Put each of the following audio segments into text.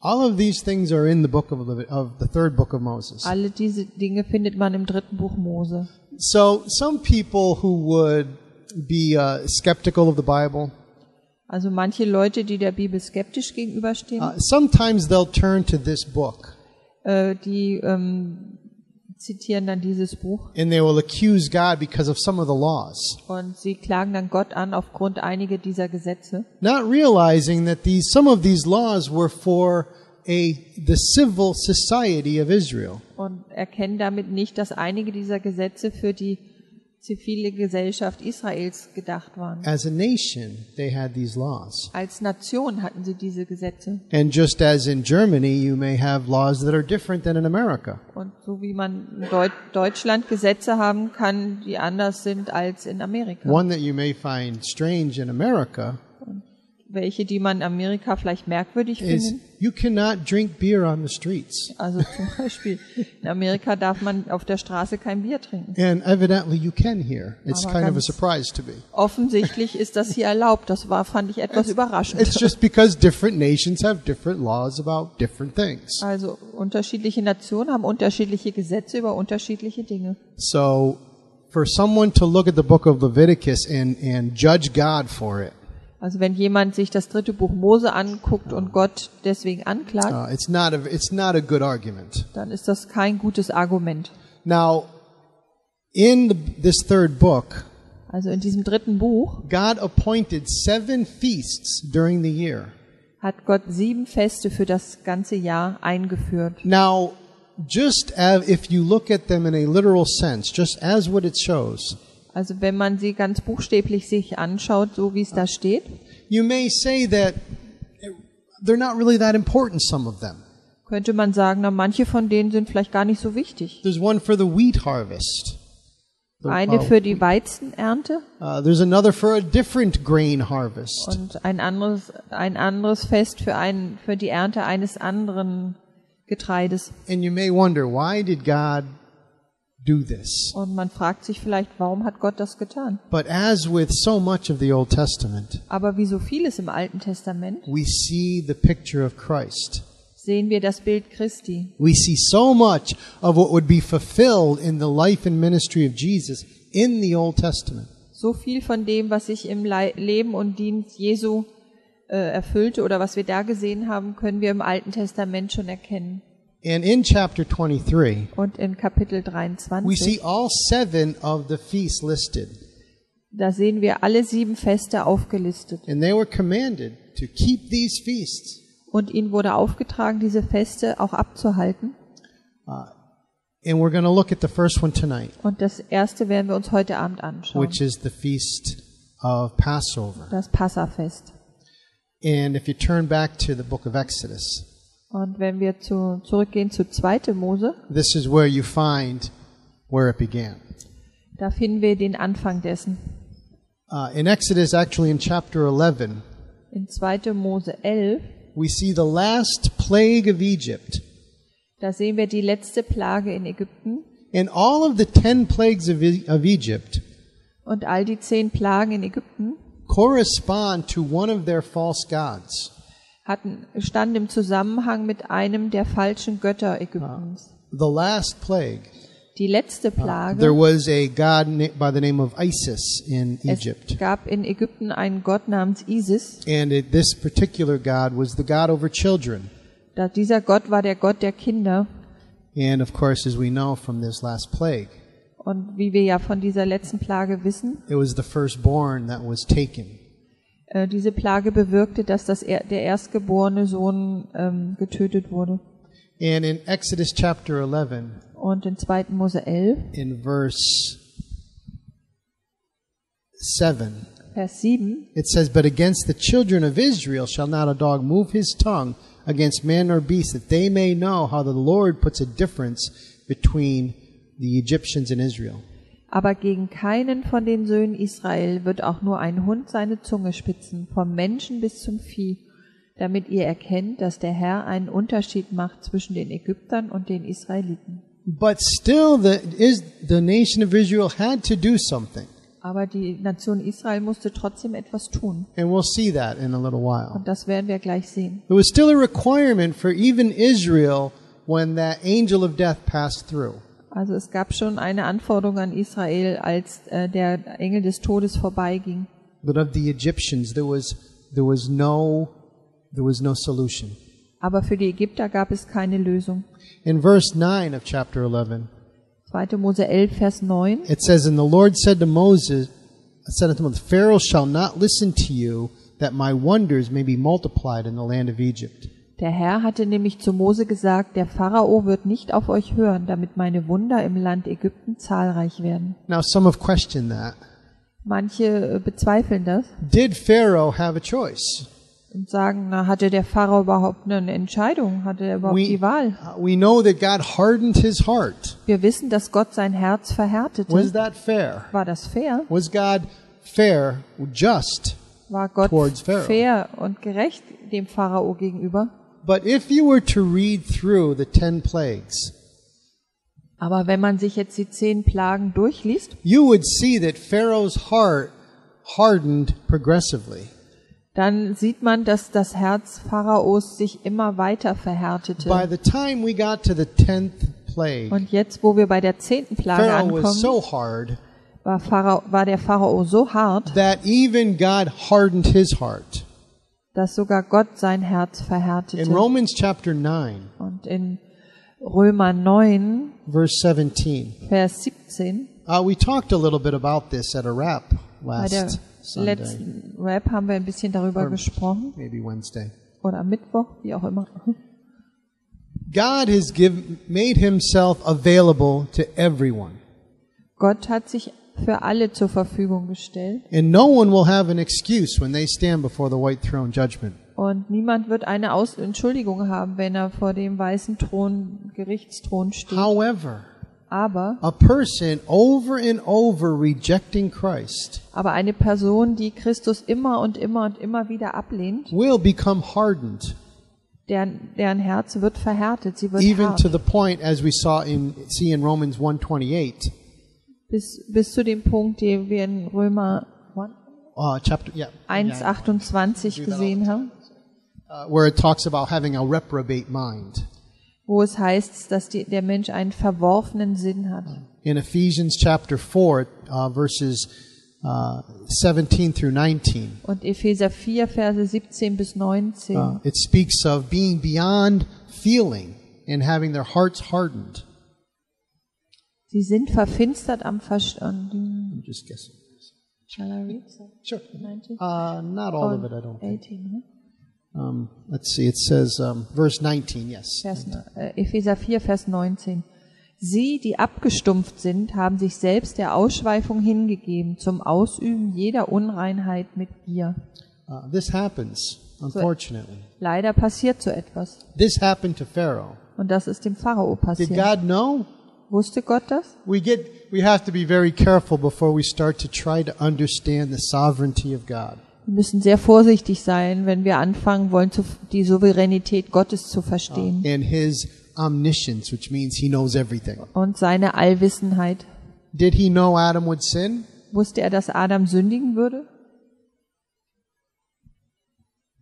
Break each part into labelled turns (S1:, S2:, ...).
S1: All of these things are in the book of, Levit- of the third book of Moses.
S2: Alle diese Dinge findet man im dritten Buch Mose.
S1: So some people who would be uh, skeptical of the Bible,
S2: Also manche Leute, die der Bibel skeptisch gegenüberstehen,
S1: uh, sometimes they'll turn to this book
S2: äh, die ähm, zitieren dann dieses Buch
S1: and they will accuse God because of some of the laws,
S2: und sie klagen dann Gott an aufgrund einiger dieser Gesetze,
S1: not realizing that these some of these laws were for a the civil society of Israel.
S2: und erkennen damit nicht, dass einige dieser Gesetze für die zivile Gesellschaft Israels gedacht waren.
S1: As a nation, they had these laws.
S2: Als Nation hatten sie diese Gesetze.
S1: And just as in Germany, you may have laws that are different than in America.
S2: Und so wie man in Deut Deutschland Gesetze haben kann, die anders sind als in Amerika.
S1: One that you may find strange in America
S2: Welche, die man in Amerika vielleicht merkwürdig
S1: is
S2: findet.
S1: you cannot drink beer on the streets.
S2: Also zum Beispiel, in Amerika darf man auf der Straße kein Bier trinken.
S1: And evidently you can here. It's
S2: Aber
S1: kind of a
S2: ganz-
S1: surprise to me.
S2: Offensichtlich ist das hier erlaubt. Das war, fand ich etwas überraschend.
S1: It's just because different nations have different laws about different things.
S2: Also unterschiedliche Nationen haben unterschiedliche Gesetze über unterschiedliche Dinge.
S1: So for someone to look at the book of Leviticus and, and judge God for it,
S2: Also wenn jemand sich das dritte Buch Mose anguckt und Gott deswegen anklagt,
S1: uh, it's not a it's not a good argument.
S2: dann ist das kein gutes Argument.
S1: Now, in the, this third book,
S2: Also in diesem dritten Buch
S1: God appointed seven feasts during the year.
S2: hat Gott sieben Feste für das ganze Jahr eingeführt.
S1: Now, just as, if you look at them in a literal sense, just as what it shows,
S2: Also wenn man sie ganz buchstäblich sich anschaut, so wie es da steht,
S1: you may say that they're not really that important, some of them.
S2: könnte man sagen, na, manche von denen sind vielleicht gar nicht so wichtig.
S1: There's one for the wheat harvest. The-
S2: Eine
S1: uh,
S2: für die Weizenernte
S1: uh, there's another for a different grain harvest.
S2: und ein anderes, ein anderes Fest für, ein, für die Ernte eines anderen Getreides.
S1: And you may wonder, why did God do this?
S2: Und man fragt sich vielleicht, warum hat Gott das getan?
S1: But as with so much of the Old Testament,
S2: Aber wie so vieles im Alten Testament
S1: we see the picture of Christ.
S2: sehen wir das Bild Christi.
S1: We see so much of what would be fulfilled in the life and ministry of Jesus in the Old Testament.
S2: So viel von dem, was sich im Lei- Leben und Dienst Jesu äh, erfüllte oder was wir da gesehen haben, können wir im Alten Testament schon erkennen.
S1: And in chapter 23,
S2: Und in Kapitel
S1: we see
S2: 23,
S1: all seven of the feasts listed.
S2: da sehen wir alle sieben Feste aufgelistet.
S1: And they were commanded to keep these feasts.
S2: Und ihnen wurde aufgetragen, diese Feste auch abzuhalten.
S1: And we're going to look at the first one tonight,
S2: Und das erste werden wir uns heute Abend anschauen.
S1: which is the feast of Passover.
S2: Das Passafest.
S1: And if you turn back to the book of Exodus,
S2: Und wenn wir zu, zurückgehen zu 2. Mose,
S1: this is where you find where it began.
S2: da finden wir den Anfang dessen.
S1: Uh, in Exodus, actually in chapter 11,
S2: In 2. Mose 11,
S1: we see the last plague of Egypt.
S2: da sehen wir die letzte Plage in Ägypten.
S1: And all of the ten plagues of, E- of Egypt
S2: Und all die zehn Plagen in Ägypten
S1: correspond to one of their false gods.
S2: hatten, standen im Zusammenhang mit einem der falschen Götter Ägyptens.
S1: The last plague,
S2: Die letzte
S1: Ah. there
S2: Plage,
S1: was a god na- by the name of Isis in Egypt.
S2: es gab in Ägypten einen Gott namens Isis.
S1: And it, this particular god was the god over children.
S2: Da dieser Gott war der Gott der Kinder.
S1: And of course, as we know from this last plague,
S2: Und wie wir ja von dieser letzten Plage wissen,
S1: it was the firstborn that was taken.
S2: äh, diese Plage bewirkte, dass das er, der erstgeborene Sohn ähm, getötet wurde.
S1: And in Exodus chapter 11,
S2: Und in 2. Mose 11,
S1: in verse 7,
S2: Vers 7,
S1: It says, But against the children of Israel shall not a dog move his tongue against man or beast, that they may know how the Lord puts a difference between the Egyptians and Israel.
S2: Aber gegen keinen von den Söhnen Israel wird auch nur ein Hund seine Zunge spitzen, vom Menschen bis zum Vieh, damit ihr erkennt, dass der Herr einen Unterschied macht zwischen den Ägyptern und den Israeliten.
S1: But still, the, is, the nation of Israel had to do something.
S2: Aber die Nation Israel musste trotzdem etwas tun.
S1: And we'll see that in a little while.
S2: Und das werden wir gleich sehen.
S1: There was still a requirement for even Israel when that angel of death passed through.
S2: Also es gab schon eine Anforderung an Israel, als äh, der Engel des Todes vorbeiging.
S1: But of the Egyptians, there was, there was, no, there was no solution.
S2: Aber für die Ägypter gab es keine Lösung.
S1: In verse 9 of chapter 11,
S2: 2. Mose 11, Vers 9.
S1: it says, And the Lord said to Moses, said unto Moses, Pharaoh shall not listen to you, that my wonders may be multiplied in the land of Egypt.
S2: Der Herr hatte nämlich zu Mose gesagt, der Pharao wird nicht auf euch hören, damit meine Wunder im Land Ägypten zahlreich werden.
S1: Now, some have questioned that.
S2: Manche äh, bezweifeln das
S1: Did Pharaoh have a choice?
S2: und sagen, na, hatte der Pharao überhaupt eine Entscheidung? Hatte er überhaupt
S1: We,
S2: die Wahl?
S1: uh, we know that God hardened his heart.
S2: Wir wissen, dass Gott sein Herz verhärtete.
S1: Was that fair?
S2: War das fair?
S1: Was God fair, just?
S2: War Gott
S1: Towards Pharaoh.
S2: fair und gerecht dem Pharao gegenüber?
S1: But if you were to read through the ten plagues,
S2: Aber wenn man sich jetzt die zehn Plagen durchliest,
S1: you would see that Pharaoh's heart hardened progressively.
S2: dann sieht man, dass das Herz Pharaos sich immer weiter verhärtete.
S1: By the time we got to the tenth plague,
S2: Und jetzt, wo wir bei der zehnten Plage
S1: Pharaoh
S2: ankommen,
S1: was so hard
S2: war, Pharao, war der Pharao so hart,
S1: that even God hardened his heart.
S2: dass sogar Gott sein Herz
S1: In
S2: verhärtete.
S1: Romans chapter 9,
S2: Und in Römer 9,
S1: verse 17,
S2: Vers 17,
S1: uh, we talked a little bit about this at a wrap
S2: bei der
S1: last Sunday,
S2: letzten Rap haben wir ein bisschen darüber
S1: Or-
S2: gesprochen.
S1: maybe Wednesday.
S2: Oder am Mittwoch, wie auch immer.
S1: God has give, made himself available to everyone.
S2: Gott hat sich für alle zur Verfügung gestellt.
S1: And no one will have an excuse when they stand before the white throne judgment.
S2: Und niemand wird eine Aus Entschuldigung haben, wenn er vor dem weißen Thron, Gerichtsthron steht.
S1: However,
S2: Aber
S1: a person over and over rejecting Christ
S2: Aber eine Person, die Christus immer und immer und immer wieder ablehnt,
S1: will become hardened,
S2: deren, deren Herz wird verhärtet, sie wird
S1: even to
S2: hart.
S1: the point as we saw in see in Romans 128,
S2: Bis, bis zu dem Punkt, den wir in Römer
S1: uh, chapter yeah,
S2: 1,
S1: yeah,
S2: 28 gesehen haben,
S1: uh, where it talks about having a reprobate mind.
S2: wo es heißt, dass die, der Mensch einen verworfenen Sinn hat.
S1: In Ephesians chapter 4, uh, verses uh, 17 through 19.
S2: Und Epheser 4, Verse 17 bis 19,
S1: Uh, it speaks of being beyond feeling and having their hearts hardened.
S2: sie sind verfinstert am Verstand.
S1: I'm just guessing.
S2: Shall I read? Oh,
S1: Sure.
S2: 19?
S1: Uh, not all of it, I don't think.
S2: 18, ne?
S1: Um, let's see. It says um, verse 19. Yes.
S2: Vers, äh, Epheser 4, Vers 19. Sie, die abgestumpft sind, haben sich selbst der Ausschweifung hingegeben zum Ausüben jeder Unreinheit mit Gier.
S1: Uh, this happens, unfortunately.
S2: Leider passiert so etwas.
S1: This happened to Pharaoh.
S2: Und das ist dem Pharao
S1: Did
S2: passiert.
S1: God know?
S2: Wusste Gott das?
S1: We get. We have to be very careful before we start to try to understand the sovereignty of God.
S2: Wir müssen sehr vorsichtig sein, wenn wir anfangen wollen, zu, die Souveränität Gottes zu verstehen
S1: and his omniscience, which means he knows everything.
S2: und seine Allwissenheit.
S1: Did he know Adam would sin?
S2: Wusste er, dass Adam sündigen würde?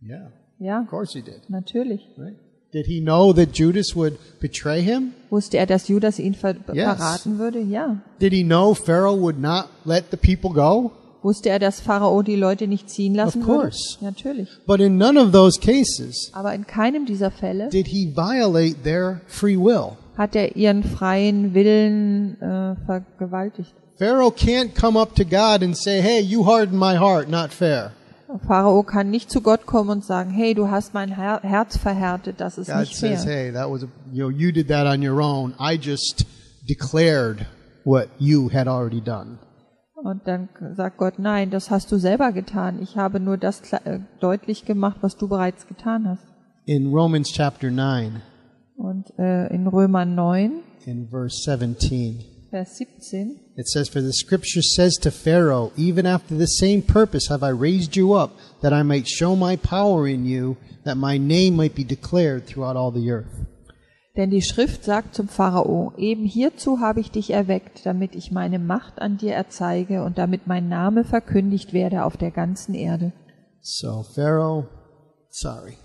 S1: Yeah,
S2: Ja,
S1: of course he did.
S2: natürlich.
S1: Right? Did he know that Judas would betray him?
S2: Wusste er, dass Judas ihn ver
S1: Yes.
S2: verraten würde? Ja.
S1: Did he know Pharaoh would not let the people go?
S2: Wusste er, dass Pharao die Leute nicht ziehen lassen
S1: Of course.
S2: würde? Natürlich.
S1: But in none of those cases
S2: Aber in keinem dieser Fälle
S1: did he violate their free will.
S2: hat er ihren freien Willen äh, vergewaltigt.
S1: Pharaoh can't come up to God and say, Hey, you hardened my heart, not fair.
S2: Pharao kann nicht zu Gott kommen und sagen, hey, du hast mein Her Herz verhärtet, das ist
S1: God
S2: nicht fair.
S1: says, Hey, that was, a, you know, you did that on your own. I just declared what you had already done.
S2: Und dann sagt Gott, nein, das hast du selber getan. Ich habe nur das kla- äh, deutlich gemacht, was du bereits getan hast.
S1: In Romans chapter 9
S2: Und äh, in Römer 9,
S1: in verse 17,
S2: Vers 17,
S1: It says, For the scripture says to Pharaoh, Even after the same purpose have I raised you up, that I might show my power in you, that my name might be declared throughout all the earth.
S2: Denn die Schrift sagt zum Pharao, eben hierzu habe ich dich erweckt, damit ich meine Macht an dir erzeige und damit mein Name verkündigt werde auf der ganzen Erde.
S1: So, Pharaoh, sorry,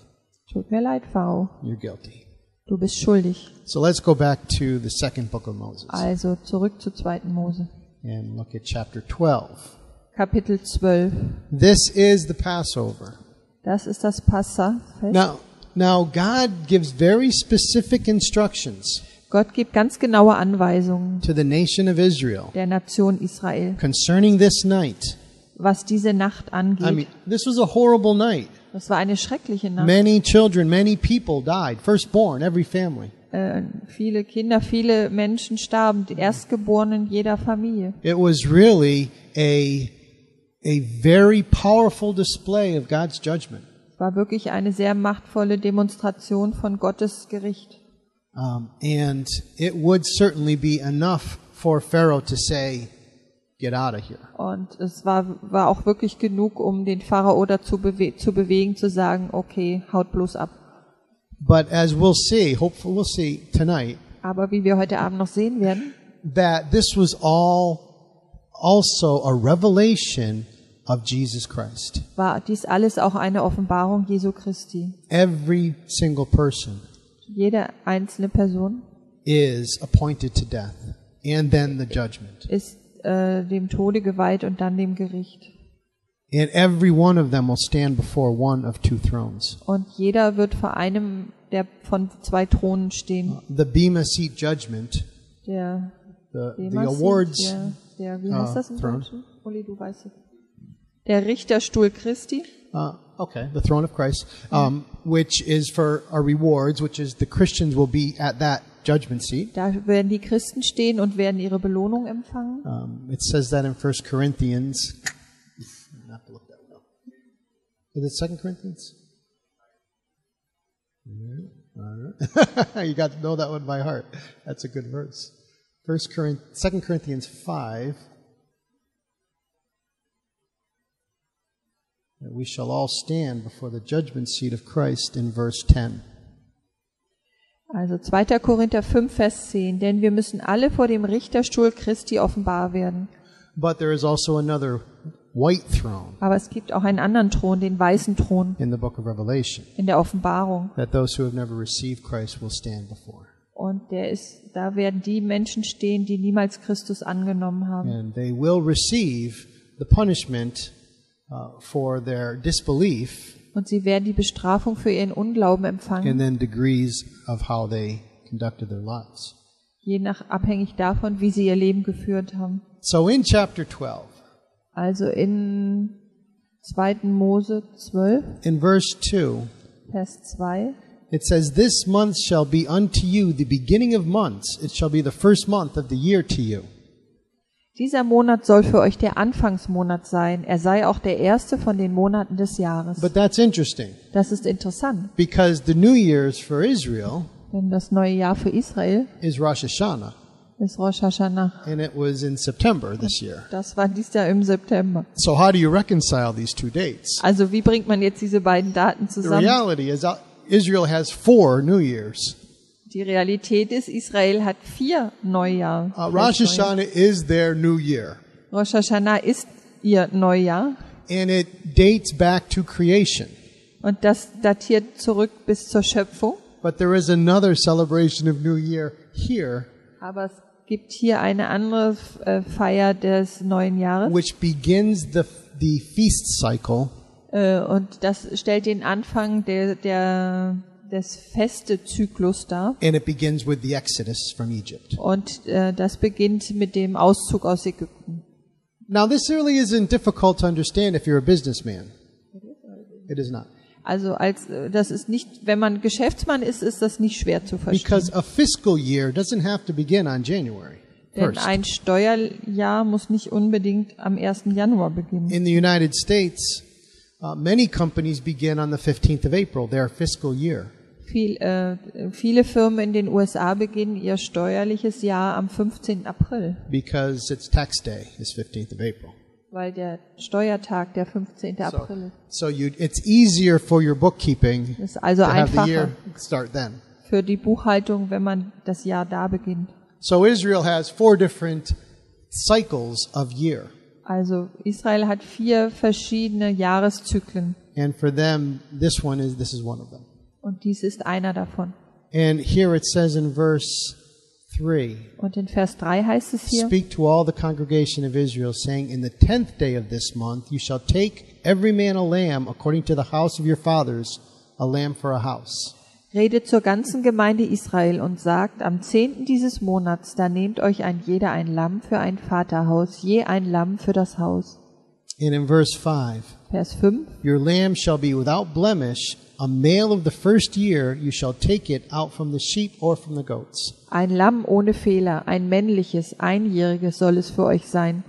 S2: Tut mir leid, Pharao,
S1: you're guilty.
S2: du bist schuldig.
S1: So let's go back to the second book of Moses
S2: Also zurück zu 2. Mose,
S1: and look at chapter 12.
S2: Kapitel 12.
S1: This is the Passover.
S2: Das ist das Passafest.
S1: Now, now God gives very specific instructions
S2: Gott gibt ganz genaue Anweisungen
S1: to the nation of Israel
S2: der Nation Israel,
S1: concerning this night.
S2: was diese Nacht angeht.
S1: I mean, this was a horrible night.
S2: das war eine schreckliche Nacht.
S1: Many children, many people died, firstborn, every family.
S2: äh, viele Kinder, viele Menschen starben, die Erstgeborenen jeder Familie.
S1: It was really a a very powerful display of God's judgment.
S2: Es war wirklich eine sehr machtvolle Demonstration von Gottes Gericht.
S1: Um, and it would certainly be enough for Pharaoh to say, Get out of here.
S2: Und es war, war auch wirklich genug, um den Pharao dazu bewe zu bewegen, zu sagen, okay, haut bloß ab.
S1: But as we'll see, hopefully we'll see tonight,
S2: Aber wie wir heute Abend noch sehen werden,
S1: that this was all also a revelation of Jesus Christ.
S2: war dies alles auch eine Offenbarung Jesu Christi.
S1: Every single person
S2: Jede einzelne Person
S1: is appointed to death and then the judgment.
S2: ist äh, dem Tode geweiht und dann dem Gericht.
S1: And every one of them will stand before one of two thrones.
S2: Und jeder wird vor einem der von zwei Thronen stehen.
S1: The Bema Seat Judgment,
S2: Der
S1: the, the
S2: Bema sieht,
S1: awards,
S2: Der, der, wie heißt
S1: Ah,
S2: das im
S1: Throne.
S2: Deutschen? Uli, du weißt es. Der Richterstuhl Christi,
S1: uh, okay, the throne of Christ, um, which is for our rewards, which is the Christians will be at that judgment seat.
S2: da werden die Christen stehen und werden ihre Belohnung empfangen.
S1: Um, it says that in First Corinthians. I have to look that one up. Is it Second Corinthians? Yeah, all right. you got to know that one by heart. That's a good verse. First Corinth, Second Corinthians five. That we shall all stand before the judgment seat of Christ in verse ten.
S2: Also 2. Korinther 5, Vers 10. Denn wir müssen alle vor dem Richterstuhl Christi offenbar werden.
S1: But there is also another white throne
S2: Aber es gibt auch einen anderen Thron, den weißen Thron
S1: in the book of Revelation.
S2: in der Offenbarung.
S1: that those who have never received Christ will stand before.
S2: Und der ist, da werden die Menschen stehen, die niemals Christus angenommen haben.
S1: And they will receive the punishment uh, for their disbelief
S2: Und sie werden die Bestrafung für ihren Unglauben
S1: and
S2: empfangen,
S1: then degrees of how they conducted their lives.
S2: je nach abhängig davon, wie sie ihr Leben geführt haben.
S1: So in chapter 12,
S2: Also in 2. Mose 12,
S1: in verse 2,
S2: Vers 2.
S1: it says, This month shall be unto you the beginning of months. It shall be the first month of the year to you.
S2: Dieser Monat soll für euch der Anfangsmonat sein. Er sei auch der erste von den Monaten des Jahres.
S1: But that's interesting
S2: Das ist interessant,
S1: because the New Year's for Israel
S2: denn das neue Jahr für Israel
S1: is Rosh Hashanah,
S2: ist Rosh Hashanah.
S1: and it was in September this year.
S2: Das war dies Jahr im September.
S1: So, how do you reconcile these two dates?
S2: Also wie bringt man jetzt diese beiden Daten
S1: The
S2: zusammen?
S1: reality is uh, Israel has four New Years.
S2: Die Realität ist, Israel hat vier Neujahr.
S1: Uh, Rosh Hashanah is their New Year,
S2: Rosh Hashanah ist ihr Neujahr
S1: and it dates back to creation.
S2: und das datiert zurück bis zur Schöpfung.
S1: But there is another celebration of New Year here,
S2: Aber es gibt hier eine andere äh, Feier des neuen Jahres
S1: which begins the the feast cycle
S2: äh, und das stellt den Anfang der, der, des Festezyklus dar.
S1: and it begins with the Exodus from Egypt.
S2: Und äh, das beginnt mit dem Auszug aus Ägypten.
S1: Now, this really isn't difficult to understand if you're a businessman. It is not.
S2: Also als äh, das ist nicht, wenn man Geschäftsmann ist, ist das nicht schwer zu verstehen.
S1: Because a fiscal year doesn't have to begin on January
S2: Denn
S1: 1st.
S2: ein Steuerjahr muss nicht unbedingt am 1. Januar beginnen.
S1: In the United States, uh, many companies begin on the 15th of April, their fiscal year.
S2: Viel, äh, viele Firmen in den USA beginnen ihr steuerliches Jahr am 15. April,
S1: Because it's tax day, is 15th of April.
S2: weil der Steuertag der 15. April
S1: So you, it's easier for your bookkeeping
S2: ist. Ist also
S1: to have the
S2: einfacher
S1: year start then.
S2: für die Buchhaltung, wenn man das Jahr da beginnt.
S1: So Israel has four different cycles of year.
S2: Also Israel hat vier verschiedene Jahreszyklen
S1: And for them, this one is this is one of them.
S2: und dies ist einer davon.
S1: And here it says in verse 3,
S2: Und in Vers 3 heißt es hier,
S1: Speak to all the congregation of Israel, saying, In the tenth day of this month you shall take every man a lamb according to the house of your fathers, a lamb for a house.
S2: redet zur ganzen Gemeinde Israel und sagt, am zehnten dieses Monats, da nehmt euch ein jeder ein Lamm für ein Vaterhaus, je ein Lamm für das Haus.
S1: And in verse 5,
S2: Vers 5,
S1: Your lamb shall be without blemish, a male of the first year, you shall take it out from the sheep or from the goats.
S2: Ein Lamm ohne Fehler, ein männliches, einjähriges soll es für euch sein.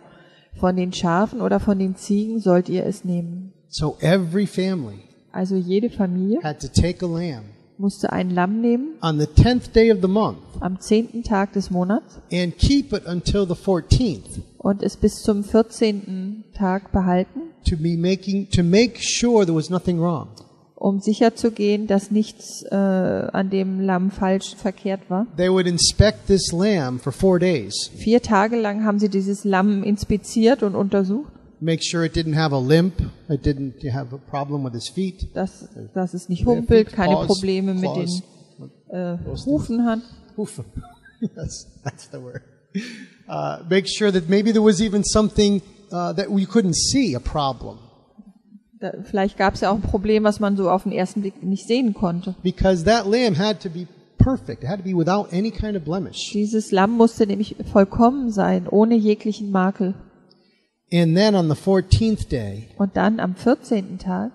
S2: Von den Schafen oder von den Ziegen sollt ihr es nehmen.
S1: So every family
S2: Also jede Familie
S1: had to take a lamb
S2: musste ein Lamm nehmen
S1: on the tenth day of the month
S2: am zehnten Tag des Monats
S1: and keep it until the fourteenth
S2: und es bis zum vierzehnten Tag behalten,
S1: to be making to make sure there was nothing wrong.
S2: um sicherzugehen, dass nichts äh, an dem Lamm falsch verkehrt war.
S1: They would inspect this lamb for four days,
S2: Vier Tage lang haben sie dieses Lamm inspiziert und untersucht,
S1: make sure it didn't have a limp, it didn't have a problem with his feet.
S2: dass, dass es nicht humpelt, keine
S1: Claws-
S2: Probleme mit
S1: claws.
S2: den äh, Hufen hat.
S1: Hoof. yes, that's the word. Uh, make sure that maybe there was even something uh, that we couldn't see, a problem,
S2: Da, vielleicht gab es ja auch ein Problem, was man so auf den ersten Blick nicht sehen konnte.
S1: because that lamb had to be perfect. It had to be without any kind of blemish.
S2: Dieses Lamm musste nämlich vollkommen sein, ohne jeglichen Makel.
S1: And then on the 14th day,
S2: Und dann am 14. Tag,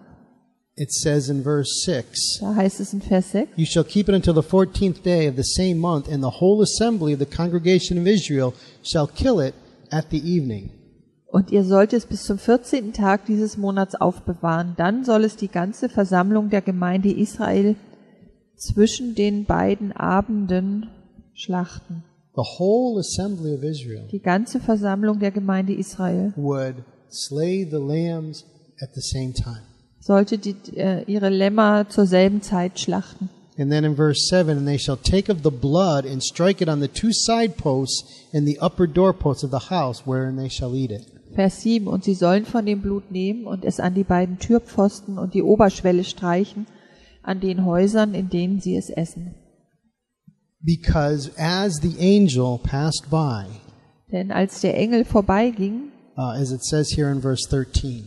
S1: it says in verse 6,
S2: da heißt es in Vers 6,
S1: You shall keep it until the fourteenth day of the same month, and the whole assembly of the congregation of Israel shall kill it at the evening.
S2: und ihr sollt es bis zum 14. Tag dieses Monats aufbewahren, dann soll es die ganze Versammlung der Gemeinde Israel zwischen den beiden Abenden schlachten.
S1: The whole assembly of Israel
S2: Die ganze Versammlung der Gemeinde Israel
S1: would slay the lambs at the same time.
S2: sollte die, äh, ihre Lämmer zur selben Zeit schlachten.
S1: And then in verse 7, and they shall take of the blood and strike it on the two side posts and the upper doorposts of the house wherein they shall eat it.
S2: Vers 7. Und sie sollen von dem Blut nehmen und es an die beiden Türpfosten und die Oberschwelle streichen, an den Häusern, in denen sie es essen.
S1: Because as the angel passed by,
S2: Denn als der Engel vorbeiging,
S1: uh, as it says here in verse 13,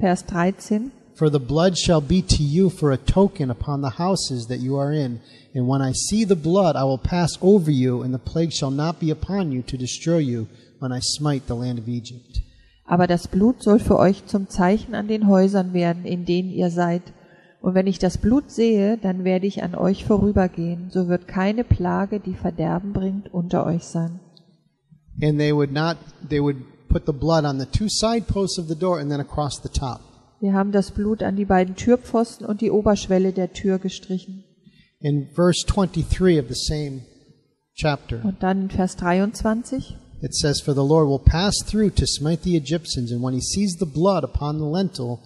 S2: Vers 13,
S1: For the blood shall be to you for a token upon the houses that you are in. And when I see the blood, I will pass over you, and the plague shall not be upon you to destroy you when I smite the land of Egypt.
S2: aber das Blut soll für euch zum Zeichen an den Häusern werden, in denen ihr seid. Und wenn ich das Blut sehe, dann werde ich an euch vorübergehen, so wird keine Plage, die Verderben bringt, unter euch sein.
S1: And they would not, they would put the blood on the two side posts of the door and then across the top.
S2: Wir haben das Blut an die beiden Türpfosten und die Oberschwelle der Tür gestrichen.
S1: In verse 23 of the same chapter,
S2: Und dann in Vers 23.
S1: it says, For the Lord will pass through to smite the Egyptians, and when he sees the blood upon the lentil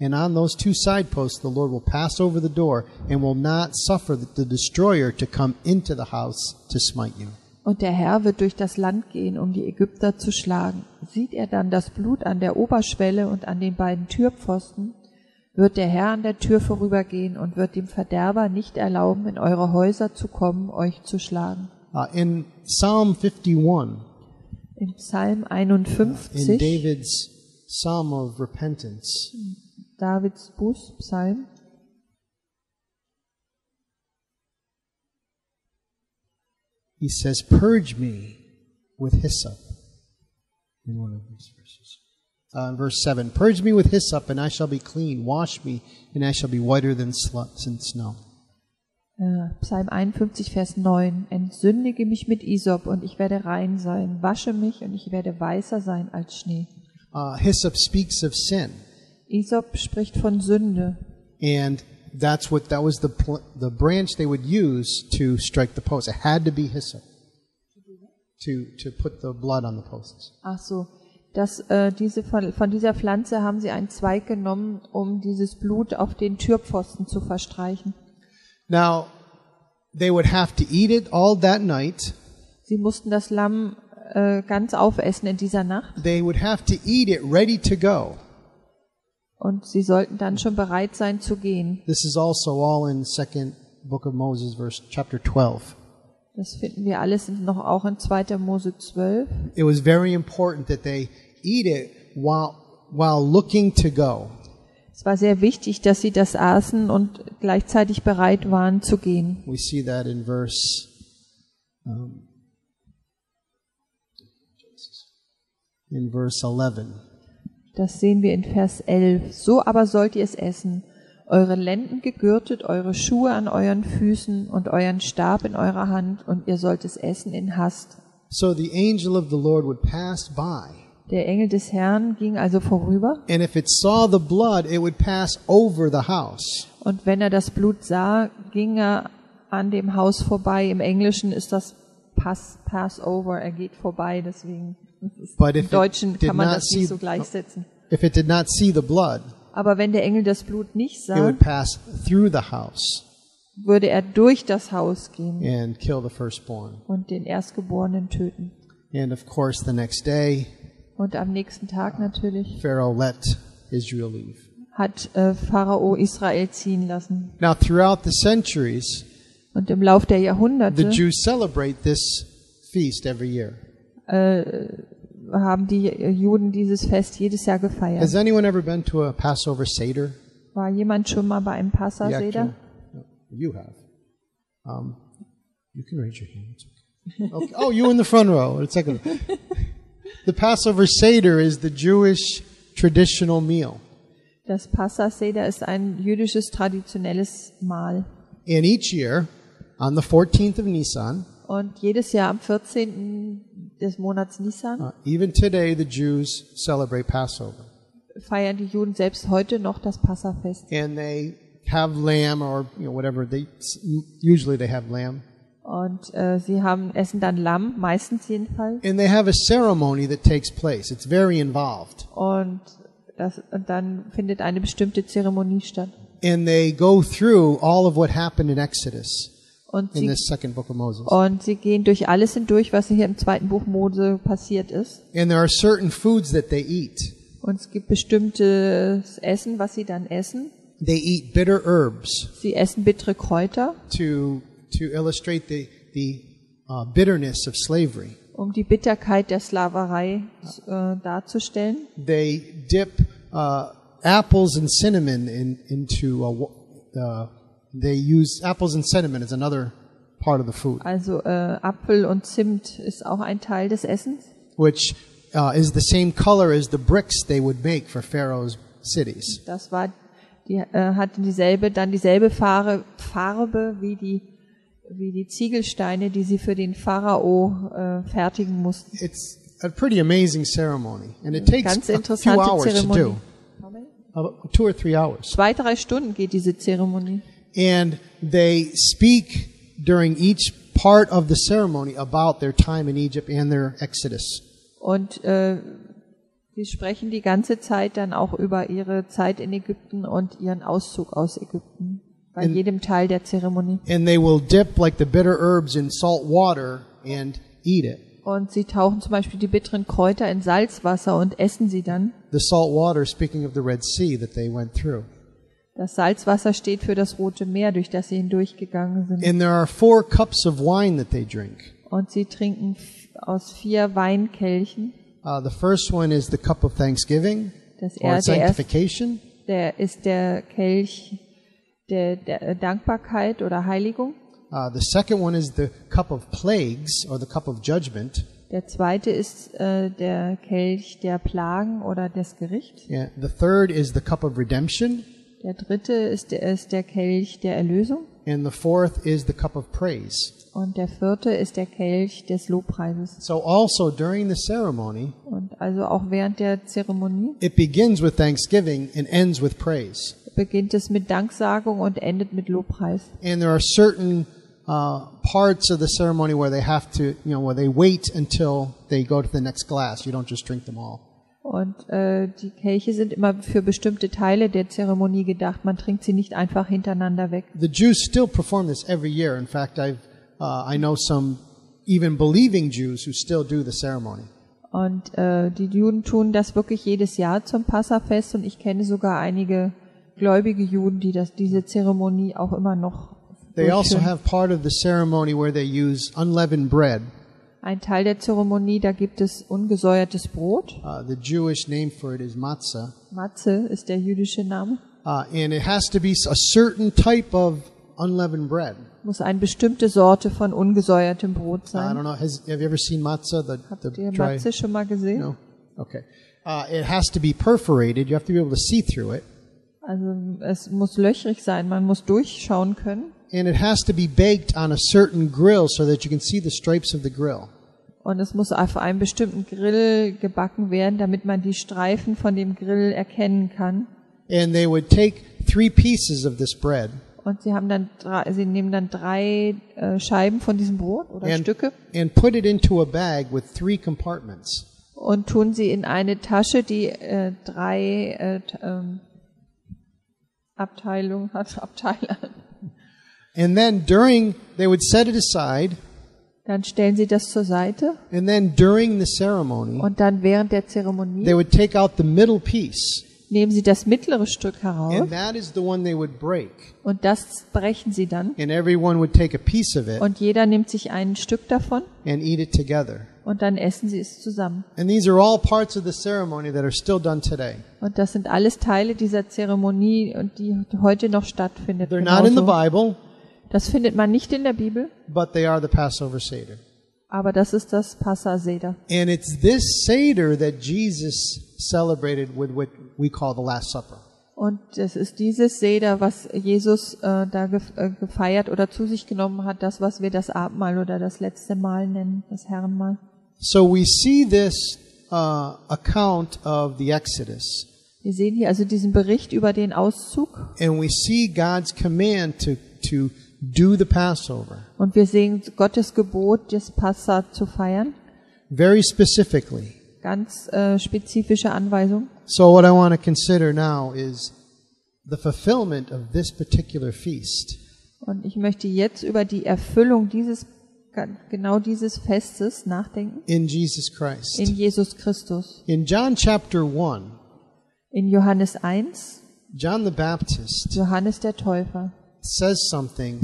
S1: and on those two side posts, the Lord will pass over the door and will not suffer the- the destroyer to come into the house to smite you.
S2: Und der Herr wird durch das Land gehen, um die Ägypter zu schlagen. Sieht er dann das Blut an der Oberschwelle und an den beiden Türpfosten, wird der Herr an der Tür vorübergehen und wird dem Verderber nicht erlauben, in eure Häuser zu kommen, euch zu schlagen.
S1: Uh, in Psalm 51,
S2: Im Psalm
S1: in
S2: 51,
S1: David's Psalm of Repentance,
S2: Davids Buß, Psalm,
S1: he says, Purge me with hyssop. In one of these verses. Uh, in verse 7 Purge me with hyssop, and I shall be clean. Wash me, and I shall be whiter than, sl- than snow.
S2: Äh, Psalm 51, Vers 9. Entsündige mich mit Isop und ich werde rein sein. Wasche mich und ich werde weißer sein als Schnee.
S1: Uh, hyssop speaks of sin,
S2: Isop spricht von Sünde.
S1: and that's what that was the pl- the branch they would use to strike the post. It had to be hyssop to to put the blood on the posts.
S2: Ach so. Das, äh, diese, von, von dieser Pflanze haben sie einen Zweig genommen, um dieses Blut auf den Türpfosten zu verstreichen.
S1: Now, They would have to eat it all that night.
S2: Sie mussten das Lamm äh, ganz aufessen in dieser Nacht
S1: They would have to eat it ready to go.
S2: und sie sollten dann schon bereit sein zu gehen.
S1: This is also all in second book of Moses verse chapter 12.
S2: Das finden wir alles in- noch auch in 2. Mose 12.
S1: It was very important that they eat it while while looking to go.
S2: Es war sehr wichtig, dass sie das aßen und gleichzeitig bereit waren zu gehen.
S1: We see that in verse um, in verse 11.
S2: Das sehen wir in Vers 11. So aber sollt ihr es essen. Eure Lenden gegürtet, eure Schuhe an euren Füßen und euren Stab in eurer Hand und ihr sollt es essen in Hast.
S1: So the angel of the Lord would pass by,
S2: Der Engel des Herrn ging also vorüber
S1: and if it saw the blood, it would pass over the house.
S2: und wenn er das Blut sah, ging er an dem Haus vorbei. Im Englischen ist das Pass, Passover, er geht vorbei, deswegen ist
S1: But
S2: im
S1: if
S2: Deutschen
S1: it did
S2: kann man
S1: not
S2: das
S1: see-
S2: nicht so gleichsetzen.
S1: If it did not see the blood,
S2: Aber wenn der Engel das Blut nicht
S1: it
S2: sah,
S1: would pass through the house
S2: würde er durch das Haus gehen
S1: and kill the firstborn.
S2: und den Erstgeborenen töten.
S1: And of course, the next day,
S2: Und am nächsten Tag natürlich
S1: Pharaoh let Israel leave.
S2: hat äh, Pharao Israel ziehen lassen.
S1: Now, throughout the centuries,
S2: Und im Lauf der
S1: the
S2: Jahrhunderte
S1: Jews celebrate this feast every year.
S2: haben die äh, Juden dieses Fest jedes Jahr gefeiert.
S1: Has anyone ever been to a Passover Seder?
S2: War jemand schon mal bei einem
S1: The
S2: Passaseder?
S1: actual- no, you have. Um, you can raise your hand. It's okay. okay. Oh, you in the front row. It's second. row. the Passover Seder is the Jewish traditional meal,
S2: Das Passaseder ist ein jüdisches traditionelles Mahl.
S1: and each year, on the 14th of Nisan,
S2: Und jedes Jahr am 14. des Monats Nisan
S1: uh, even today, the Jews celebrate Passover,
S2: feiern die Juden selbst heute noch das Passafest.
S1: and they have lamb or you know whatever they usually they have lamb,
S2: Und äh, sie haben, essen dann Lamm, meistens jedenfalls.
S1: and they have a ceremony that takes place. It's very involved.
S2: Und, das, und dann findet eine bestimmte Zeremonie statt.
S1: and they go through all of what happened in Exodus
S2: Und
S1: in
S2: sie,
S1: this second book of Moses.
S2: und sie gehen durch alles hindurch, was hier im zweiten Buch Mose passiert ist.
S1: And there are certain foods that they eat.
S2: Und es gibt bestimmtes Essen, was sie dann essen.
S1: They eat bitter herbs
S2: Sie essen bittere Kräuter,
S1: to to illustrate the the uh, bitterness of slavery.
S2: um die Bitterkeit der Sklaverei äh, darzustellen.
S1: They dip uh, apples and cinnamon in, into a, wa- uh, they use apples and cinnamon as another part of the food,
S2: Also äh, Apfel und Zimt ist auch ein Teil des Essens.
S1: which uh, is the same color as the bricks they would make for Pharaoh's cities.
S2: Das war, die äh, hatten dieselbe, dann dieselbe Farbe, Farbe wie die wie die Ziegelsteine, die sie für den Pharao äh, fertigen mussten.
S1: it's a pretty amazing ceremony, and it takes
S2: Ganz
S1: a few
S2: interessante
S1: hours to
S2: Zeremonie.
S1: do, about two or three hours.
S2: Zwei, drei Stunden geht diese Zeremonie.
S1: And they speak during each part of the ceremony about their time in Egypt and their exodus.
S2: Und äh, sie sprechen die ganze Zeit dann auch über ihre Zeit in Ägypten und ihren Auszug aus Ägypten. Bei
S1: In-
S2: jedem Teil der Zeremonie.
S1: And they will dip like the bitter herbs in salt water and eat it.
S2: Und sie tauchen zum Beispiel die bitteren Kräuter in Salzwasser und essen sie dann.
S1: The salt water, speaking of the Red Sea that they went through.
S2: Das Salzwasser steht für das Rote Meer, durch das sie hindurchgegangen sind.
S1: And there are four cups of wine that they drink.
S2: Und sie trinken f- aus vier Weinkelchen.
S1: Uh, the first one is the cup of thanksgiving
S2: Das
S1: or
S2: er, der, erste,
S1: sanctification.
S2: der ist der Kelch der, der äh, Dankbarkeit oder Heiligung.
S1: Uh, the second one is the cup of plagues or the cup of judgment.
S2: Der zweite ist äh, der Kelch der Plagen oder des Gerichts.
S1: Yeah. The third is the cup of redemption.
S2: Der dritte ist der, ist der Kelch der Erlösung.
S1: And the fourth is the cup of praise.
S2: Und der vierte ist der Kelch des Lobpreises.
S1: So, also during the ceremony,
S2: Und also auch während der Zeremonie
S1: it begins with thanksgiving and ends with praise.
S2: beginnt es mit Danksagung und endet mit Lobpreis.
S1: And there are certain uh, parts of the ceremony where they have to, you know, where they wait until they go to the next glass. You don't just drink them all.
S2: Und äh, die Kelche sind immer für bestimmte Teile der Zeremonie gedacht. Man trinkt sie nicht einfach hintereinander weg.
S1: The Jews still perform this every year. In fact, I've, uh, I know some even believing Jews who still do the ceremony.
S2: Und äh, die Juden tun das wirklich jedes Jahr zum Passafest. Und ich kenne sogar einige gläubige Juden, die das, diese Zeremonie auch immer noch
S1: They also
S2: durchführen.
S1: have part of the ceremony where they use unleavened bread.
S2: Ein Teil der Zeremonie, da gibt es ungesäuertes Brot.
S1: Uh, the Jewish name for it is matzah.
S2: Matze ist der jüdische Name.
S1: Uh, and it has to be a certain type of unleavened bread.
S2: Muss eine bestimmte Sorte von ungesäuertem Brot
S1: Uh, I
S2: sein.
S1: don't know. Has, have you ever seen matzah? The,
S2: Habt
S1: the
S2: ihr
S1: dry.
S2: Matze schon mal gesehen?
S1: No. Okay. Uh, it has to be perforated. You have to be able to see through it,
S2: Also es muss löchrig sein, man muss durchschauen können.
S1: and it has to be baked on a certain grill so that you can see the stripes of the grill.
S2: Und es muss auf einem bestimmten Grill gebacken werden, damit man die Streifen von dem Grill erkennen kann.
S1: And they would take three pieces of this bread
S2: Und sie haben dann drei, sie nehmen dann drei äh, Scheiben von diesem Brot oder
S1: and,
S2: Stücke
S1: and put it into a bag with three compartments.
S2: und tun sie in eine Tasche, die äh, drei äh, t- ähm, Abteilungen hat, Abteile.
S1: And then during, they would set it aside,
S2: Dann stellen sie das zur Seite
S1: and then during the ceremony,
S2: und dann während der
S1: they
S2: Zeremonie
S1: would take out the middle piece,
S2: nehmen sie das mittlere Stück
S1: and
S2: heraus
S1: that is the one they would break.
S2: und das brechen sie dann.
S1: And everyone would take a piece of it
S2: Und jeder nimmt sich ein Stück davon
S1: and eat it together.
S2: und dann essen sie es zusammen.
S1: And these are all parts of the ceremony that are still done today.
S2: Und das sind alles Teile dieser Zeremonie, und die heute noch stattfindet.
S1: They're not in the
S2: Genauso.
S1: Bible,
S2: Das findet man nicht in der Bibel,
S1: but they are the Passover Seder.
S2: aber das ist das Passaseder.
S1: And it's this Seder that Jesus celebrated with what we call the Last Supper.
S2: Und es ist dieses Seder, was Jesus äh, da gef äh, gefeiert oder zu sich genommen hat, das, was wir das Abendmahl oder das letzte Mahl nennen, das Herrenmahl.
S1: So we see this uh, account of the Exodus,
S2: Wir sehen hier also diesen Bericht über den Auszug
S1: and we see God's command to, to do the Passover
S2: und wir sehen Gottes Gebot, das Passa zu feiern.
S1: very specifically.
S2: Ganz äh, spezifische Anweisung.
S1: So, what I want to consider now is the fulfillment of this particular feast.
S2: Und ich möchte jetzt über die Erfüllung dieses genau dieses Festes nachdenken
S1: in Jesus Christ.
S2: in Jesus Christus.
S1: In John chapter 1,
S2: In Johannes 1,
S1: John the Baptist
S2: Johannes der Täufer,
S1: says something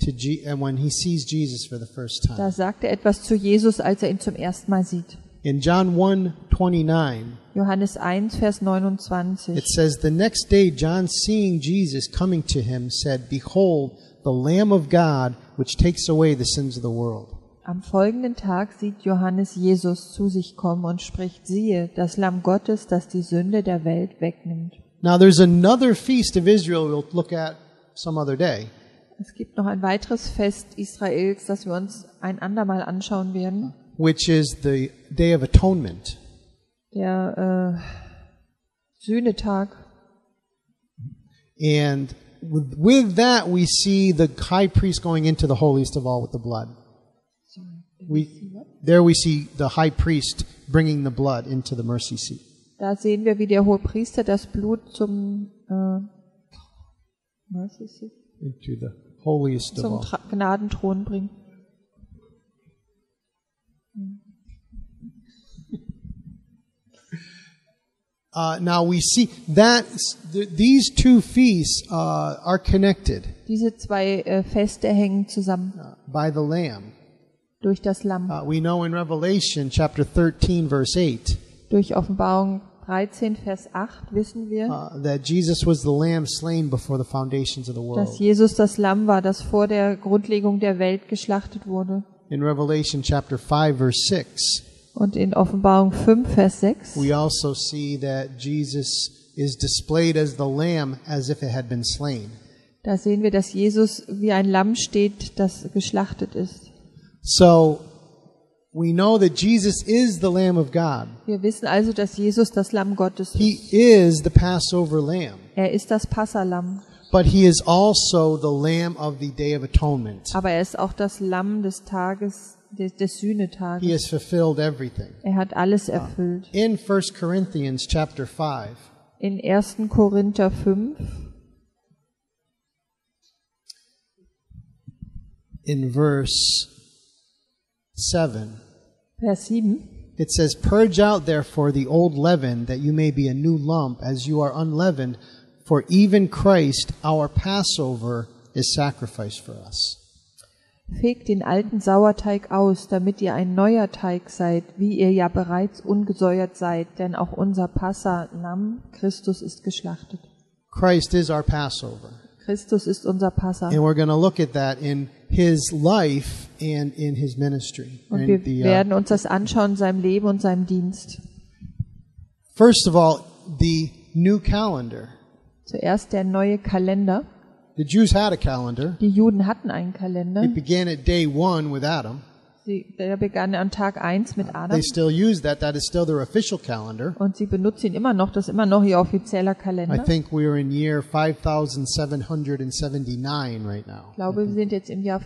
S1: to Je- and when he sees Jesus for the first
S2: da
S1: time.
S2: sagt er etwas zu Jesus, als er ihn zum ersten Mal sieht.
S1: In John 1 29,
S2: Johannes 1, Vers
S1: it
S2: 29.
S1: says, The next day, John, seeing Jesus coming to him, said, Behold, the Lamb of God, which takes away the sins of the world.
S2: Am folgenden Tag sieht Johannes Jesus zu sich kommen und spricht, siehe, das Lamm Gottes, das die Sünde der Welt wegnimmt.
S1: Now, there's another feast of Israel we'll look at some other day,
S2: Es gibt noch ein weiteres Fest Israels, das wir uns ein andermal anschauen werden.
S1: which is the Day of Atonement.
S2: der äh, Sühnetag.
S1: And with, with that, we see the high priest going into the holiest of all with the blood. We, there we see the high priest bringing the blood into the mercy seat.
S2: Da sehen wir, wie der Hohepriester das Blut zum, äh, was ist es?
S1: Into the holiest of
S2: zum
S1: all.
S2: Tra Gnadenthron bringt.
S1: Uh, now we see that s- th- these two feasts uh, are connected
S2: Diese zwei äh, Feste hängen zusammen
S1: uh, by the Lamb.
S2: durch das Lamm.
S1: Uh, we know in Revelation chapter 13, verse 8,
S2: Durch Offenbarung 13, Vers 8 wissen wir,
S1: uh, that Jesus was the Lamb slain before the foundations of the
S2: dass
S1: world.
S2: Jesus das Lamm war, das vor der Grundlegung der Welt geschlachtet wurde.
S1: In Revelation chapter 5, verse 6,
S2: Und in Offenbarung 5, Vers 6
S1: we also see that Jesus is displayed as the lamb as if it had been slain.
S2: Da sehen wir, dass Jesus wie ein Lamm steht, das geschlachtet ist.
S1: So we know that Jesus is the lamb of God.
S2: Wir wissen also, dass Jesus das Lamm Gottes ist.
S1: He is the Passover lamb,
S2: Er ist das Passalamm,
S1: but he is also the lamb of the day of atonement.
S2: aber er ist auch das Lamm des Tages des, des
S1: He
S2: Sühnetages.
S1: has fulfilled everything.
S2: Er hat alles erfüllt.
S1: In 1 Corinthians chapter 5,
S2: In 1. Korinther 5,
S1: in verse 7,
S2: Vers 7,
S1: it says, Purge out therefore the old leaven, that you may be a new lump, as you are unleavened, for even Christ, our Passover, is sacrificed for us.
S2: fegt den alten Sauerteig aus, damit ihr ein neuer Teig seid, wie ihr ja bereits ungesäuert seid, denn auch unser Passa, Lamm, Christus ist geschlachtet.
S1: Christ is our Passover.
S2: Christus ist unser Passa.
S1: And we're going to look at that in his life and in his ministry.
S2: Und
S1: And
S2: wir
S1: the, uh,
S2: werden uns das anschauen in seinem Leben und seinem Dienst.
S1: first of all, the new calendar.
S2: Zuerst der neue Kalender.
S1: The Jews had a calendar.
S2: Die Juden hatten einen Kalender.
S1: It began at day one with Adam.
S2: Sie, der begann an Tag 1 mit Adam.
S1: They still use that. That is still their official calendar.
S2: Und sie benutzt ihn immer noch. Das ist immer noch ihr offizieller
S1: I
S2: Kalender.
S1: think we're in year 5,779 right now.
S2: Ich glaube, wir sind jetzt im Jahr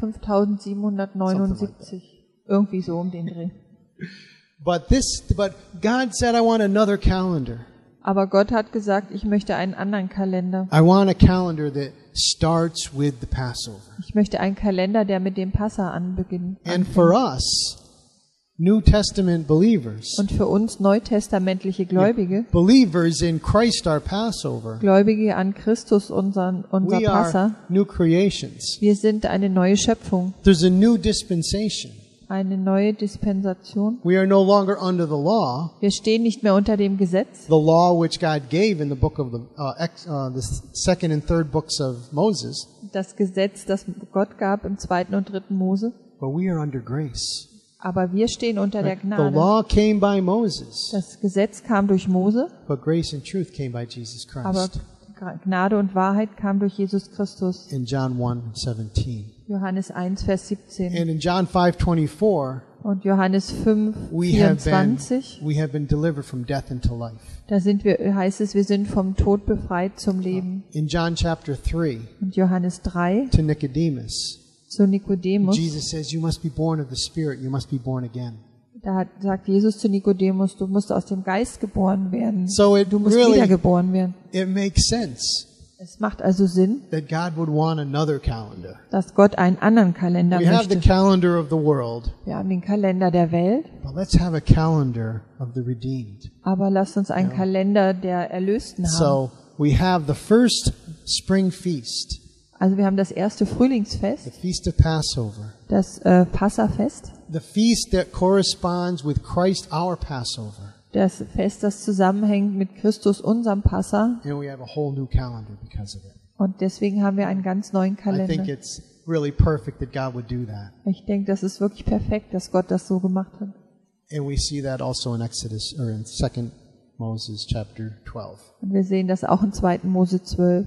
S2: 5779. Irgendwie so um den Dreh.
S1: But this, but God said, I want another calendar.
S2: Aber Gott hat gesagt, ich möchte einen anderen Kalender.
S1: I want a calendar that starts with the Passover.
S2: Ich möchte einen Kalender, der mit dem Passa anbeginnt.
S1: And for us, New Testament believers,
S2: Und für uns neutestamentliche Gläubige,
S1: believers in Christ our Passover,
S2: Gläubige an Christus, unseren, unser
S1: we
S2: Passa,
S1: are new creations.
S2: wir sind eine neue Schöpfung,
S1: There's a new dispensation.
S2: eine neue Dispensation.
S1: We are no longer under the law,
S2: Wir stehen nicht mehr unter dem Gesetz,
S1: the law which God gave in the book of the, uh, ex, uh, the second and third books of Moses,
S2: das Gesetz, das Gott gab im zweiten und dritten Mose,
S1: but we are under grace.
S2: aber wir stehen unter der
S1: Right? The
S2: Gnade.
S1: law came by Moses,
S2: Das Gesetz kam durch Mose,
S1: but grace and truth came by Jesus
S2: aber
S1: Christ.
S2: Gnade und Wahrheit kam durch Jesus Christus.
S1: In John 1, 17.
S2: Johannes 1, Vers 17
S1: And in John 5, 24,
S2: und Johannes 5,
S1: we have, been,
S2: 24.
S1: we have been delivered from death into life.
S2: Da sind wir, heißt es, wir sind vom Tod befreit zum Leben.
S1: In John chapter 3,
S2: Und Johannes 3
S1: to Nicodemus,
S2: zu Nikodemus,
S1: Jesus says, You must be born of the Spirit, you must be born again.
S2: da hat, sagt Jesus zu Nikodemus, du musst aus dem Geist geboren werden.
S1: So it
S2: Du musst
S1: really
S2: wiedergeboren werden.
S1: it makes sense
S2: Es macht also Sinn,
S1: that God would want another calendar.
S2: dass Gott einen anderen Kalender
S1: We have the
S2: möchte.
S1: calendar of the world,
S2: Wir haben den Kalender der Welt,
S1: but let's have a calendar of the redeemed.
S2: aber lasst uns einen Kalender der Erlösten haben.
S1: So we have the first spring feast,
S2: Also wir haben das erste
S1: the
S2: Frühlingsfest,
S1: feast of Passover,
S2: das äh, Passafest,
S1: the feast that corresponds with Christ our Passover.
S2: das Fest, das zusammenhängt mit Christus, unserem Passa.
S1: And we have a whole new calendar because of it.
S2: Und deswegen haben wir einen ganz neuen
S1: I think
S2: Kalender.
S1: it's really perfect that God would do that.
S2: Ich denke, das ist wirklich perfekt, dass Gott das so gemacht hat.
S1: And we see that also in Exodus or in 2 Moses chapter 12.
S2: Und wir sehen das auch in 2. Mose 12.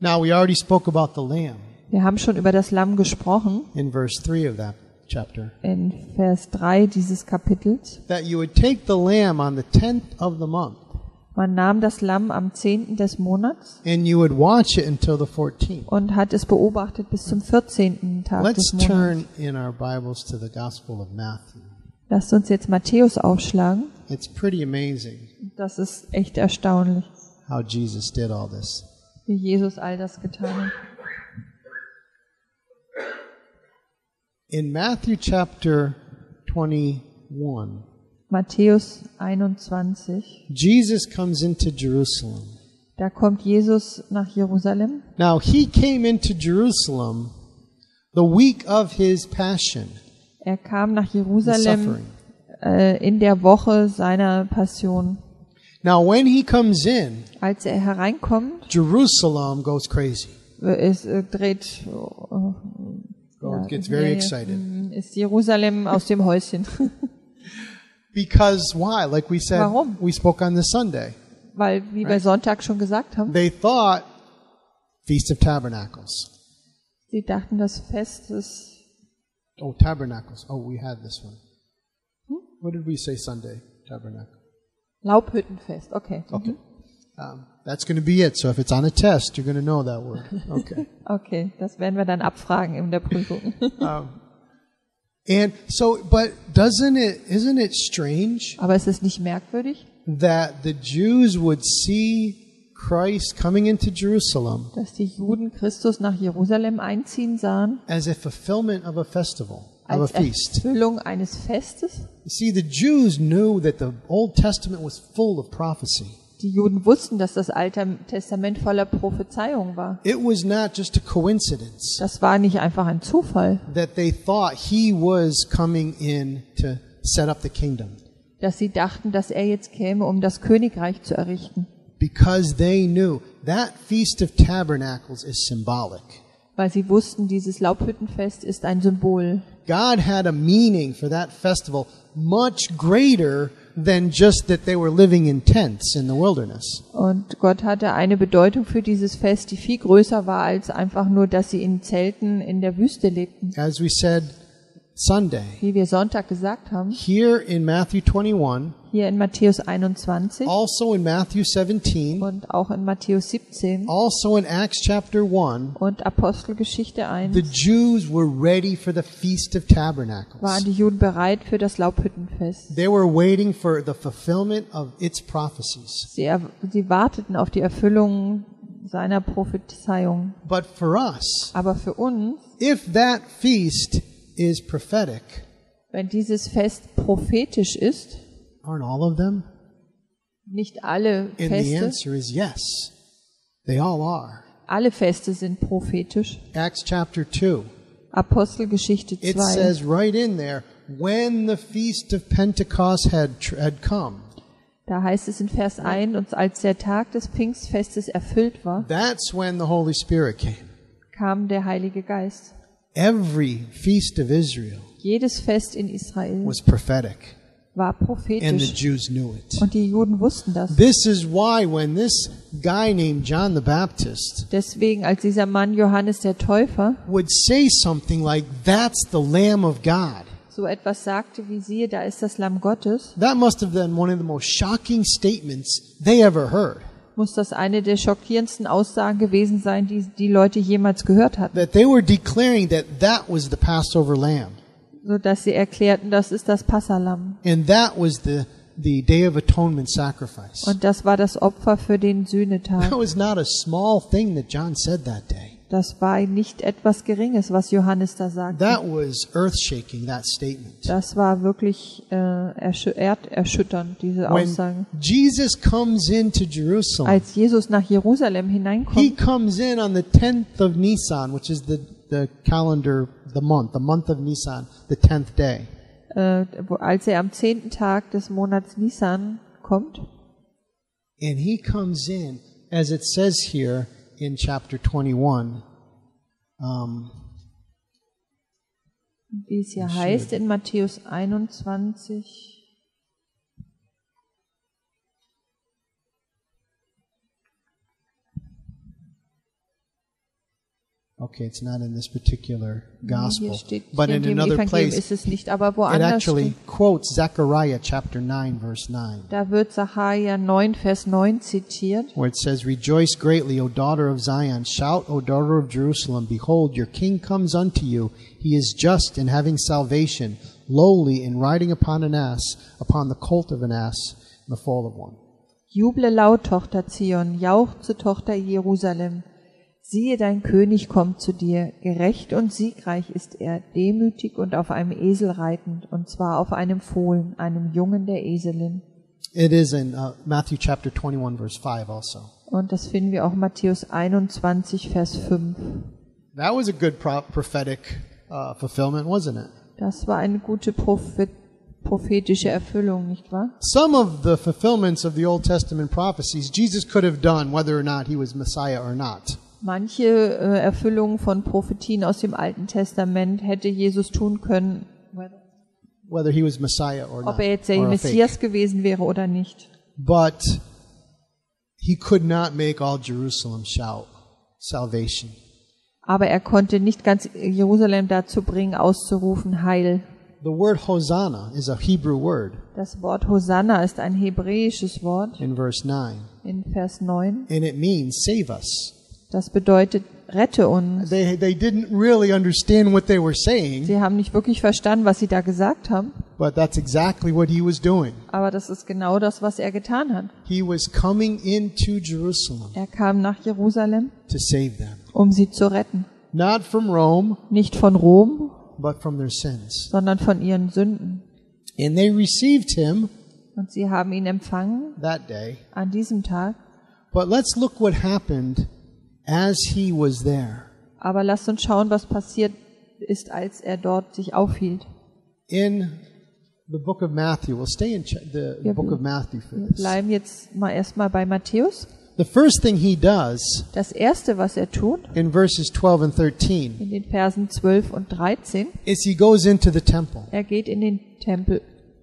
S1: Now, we already spoke about the lamb
S2: Wir haben schon über das Lamm gesprochen
S1: in verse 3 of that chapter.
S2: in Vers 3 dieses Kapitels.
S1: That you would take the lamb on the 10th of the month
S2: Man nahm das Lamm am 10. des Monats
S1: and you would watch it until the 14th.
S2: und hat es beobachtet bis zum 14. Tag
S1: Let's
S2: des Monats.
S1: turn in our Bibles to the Gospel of Matthew.
S2: Lasst uns jetzt Matthäus aufschlagen.
S1: It's pretty amazing
S2: Das ist echt erstaunlich,
S1: how Jesus did all this.
S2: wie Jesus all das getan hat.
S1: In Matthew chapter 21,
S2: Matthäus 21.
S1: Jesus comes into Jerusalem.
S2: Da kommt Jesus nach Jerusalem.
S1: Now he came into Jerusalem the week of his passion
S2: Er kam
S1: and
S2: nach Jerusalem
S1: suffering.
S2: äh, in der Woche seiner Passion.
S1: Now when he comes in,
S2: Als er hereinkommt,
S1: Jerusalem goes crazy.
S2: äh, es äh, dreht äh,
S1: Goes-
S2: ja,
S1: gets
S2: ja,
S1: very
S2: ja,
S1: excited.
S2: mm, ist Jerusalem aus dem Häuschen,
S1: Because why? Like we said,
S2: Warum?
S1: we spoke on this Sunday.
S2: weil wie wir Sonntag schon gesagt haben,
S1: They thought Feast of Tabernacles.
S2: sie dachten, das Fest ist
S1: Oh, Tabernacles. Oh, we had this one. Hmm? What did we say Sunday? Tabernacle.
S2: Laubhüttenfest. Okay. Mhm.
S1: Okay. Um, that's going to be it. So if it's on a test, you're going to know that word. Okay.
S2: Okay, das werden wir dann abfragen in der Prüfung.
S1: And so, but doesn't it, isn't it strange
S2: Aber ist es nicht merkwürdig,
S1: that the Jews would see Christ coming into Jerusalem
S2: dass die Juden Christus nach Jerusalem einziehen sahen,
S1: as a fulfillment of a festival, of a
S2: als
S1: feast?
S2: Erfüllung eines Festes?
S1: You see, the Jews knew that the Old Testament was full of prophecy.
S2: Die Juden wussten, dass das Alte Testament voller Prophezeiung war.
S1: It was not just a coincidence
S2: Das war nicht einfach ein Zufall,
S1: that they thought he was coming in to set up the kingdom
S2: dass sie dachten, dass er jetzt käme, um das Königreich zu errichten.
S1: because they knew that Feast of Tabernacles is symbolic.
S2: weil sie wussten, dieses Laubhüttenfest ist ein Symbol.
S1: God had a meaning for that festival much greater than just that they were living in tents in the wilderness.
S2: Und Gott hatte eine Bedeutung für dieses Fest, die viel größer war als einfach nur, dass sie in Zelten in der Wüste lebten.
S1: As we said Sunday,
S2: Wie wir Sonntag gesagt haben,
S1: here in Matthew 21,
S2: hier in Matthäus 21
S1: also in Matthew 17,
S2: und auch in Matthäus 17
S1: also in Acts chapter 1,
S2: und Apostelgeschichte
S1: the
S2: 1,
S1: Jews were ready for the Feast of
S2: waren
S1: Tabernacles.
S2: die Juden bereit für das Laubhüttenfest.
S1: They were waiting for the fulfillment of its prophecies.
S2: Sie, er, sie warteten auf die Erfüllung seiner Prophezeiung.
S1: But for us,
S2: Aber für uns,
S1: if that feast is prophetic,
S2: wenn dieses Fest prophetisch ist,
S1: aren't all of them?
S2: nicht alle
S1: And the
S2: Feste
S1: answer is yes. They all are.
S2: Alle Feste sind prophetisch.
S1: Acts chapter 2.
S2: Apostelgeschichte
S1: It
S2: 2.
S1: says right in there, when the feast of Pentecost had, tr- had come.
S2: Da heißt es in Vers 1, und als der Tag des Pfingstfestes erfüllt war,
S1: That's when the Holy Spirit came.
S2: kam der Heilige Geist.
S1: Every feast of Israel
S2: Jedes Fest in Israel
S1: was prophetic,
S2: war
S1: and the
S2: prophetisch.
S1: Jews knew it.
S2: Und die Juden wussten das.
S1: This is why when this guy named John the Baptist
S2: Deswegen, als dieser Mann Johannes der Täufer
S1: would say something like, That's the Lamb of God,
S2: so etwas sagte wie siehe, da ist das Lamm Gottes,
S1: that must have been one of the most shocking statements they ever heard.
S2: muss das eine der schockierendsten Aussagen gewesen sein, die die Leute jemals gehört hatten.
S1: That they were declaring that that was the Passover Lamb,
S2: Sodass sie erklärten, das ist das Passalamm.
S1: and that was the, the Day of Atonement sacrifice.
S2: Und das war das Opfer für den
S1: That
S2: Sühnetag.
S1: was not a small thing that John said that day.
S2: Das war nicht etwas Geringes, was Johannes da sagte.
S1: That was earth shaking, that statement.
S2: Das war wirklich äh, erschü erderschütternd, diese Aussage.
S1: When Jesus comes into Jerusalem,
S2: Als Jesus nach Jerusalem
S1: He
S2: hineinkommt,
S1: comes in on the 10th of Nisan, which is the, the calendar, the month, the month of Nisan, the 10th day.
S2: äh, wo- als er am zehnten Tag des Monats Nisan kommt,
S1: And he comes in, as it says here in chapter 21. Um,
S2: wie es hier heißt in Matthäus 21,
S1: okay, it's not in this particular
S2: hier
S1: gospel,
S2: steht,
S1: but
S2: hier
S1: in
S2: in dem
S1: another
S2: Evangelium
S1: place,
S2: ist
S1: it
S2: es nicht, aber woanders
S1: actually
S2: steht.
S1: quotes Zechariah chapter 9, verse 9,
S2: Da wird Sacharja 9, Vers 9 zitiert.
S1: where it says, Rejoice greatly, O daughter of Zion. Shout, O daughter of Jerusalem. Behold, your king comes unto you. He is just and having salvation, lowly and riding upon an ass, upon the colt of an ass, and the foal of one.
S2: Juble laut, Tochter Zion, jauchze, Tochter Jerusalem. Siehe, dein König kommt zu dir. Gerecht und siegreich ist er, demütig und auf einem Esel reitend, und zwar auf einem Fohlen, einem Jungen der Eselin.
S1: It is in uh, Matthew chapter 21, verse 5 also.
S2: Und das finden wir auch in Matthäus 21, Vers 5.
S1: That was a good pro- prophetic uh, fulfillment, wasn't it?
S2: Das war eine gute Prophet prophetische Erfüllung, nicht wahr?
S1: Some of the fulfillments of the Old Testament prophecies Jesus could have done whether or not he was Messiah or not.
S2: Manche äh, Erfüllungen von Prophetien aus dem Alten Testament hätte Jesus tun können,
S1: Whether he was Messiah or
S2: ob
S1: not.
S2: er jetzt der
S1: or a fake.
S2: Messias gewesen wäre oder nicht.
S1: But he could not make all Jerusalem shout salvation.
S2: Aber er konnte nicht ganz Jerusalem dazu bringen, auszurufen, Heil.
S1: The word Hosanna is a Hebrew word
S2: Das Wort Hosanna ist ein hebräisches Wort
S1: in verse 9,
S2: in Vers 9.
S1: and it means save us.
S2: Das bedeutet, rette uns.
S1: They, they didn't really understand what they were saying,
S2: Sie haben nicht wirklich verstanden, was sie da gesagt haben,
S1: but that's exactly what he was doing.
S2: aber das ist genau das, was er getan hat.
S1: He was coming into Jerusalem
S2: Er kam nach Jerusalem,
S1: to save them,
S2: um sie zu retten.
S1: not from Rome,
S2: Nicht von Rom,
S1: but from their sins.
S2: sondern von ihren Sünden.
S1: And they received him
S2: Und sie haben ihn empfangen
S1: that day.
S2: an diesem Tag.
S1: But let's look what happened as he was there.
S2: Aber lasst uns schauen, was passiert ist, als er dort sich aufhielt.
S1: In the book of Matthew, we'll stay in ch- the
S2: Yeah,
S1: book
S2: we-
S1: of Matthew for
S2: Wir
S1: this.
S2: bleiben jetzt mal erstmal bei Matthäus.
S1: The first thing he does
S2: Das erste, was er tut,
S1: in verses 12 and 13
S2: in den Versen 12 und 13,
S1: is he goes into the temple
S2: er geht in den Tempel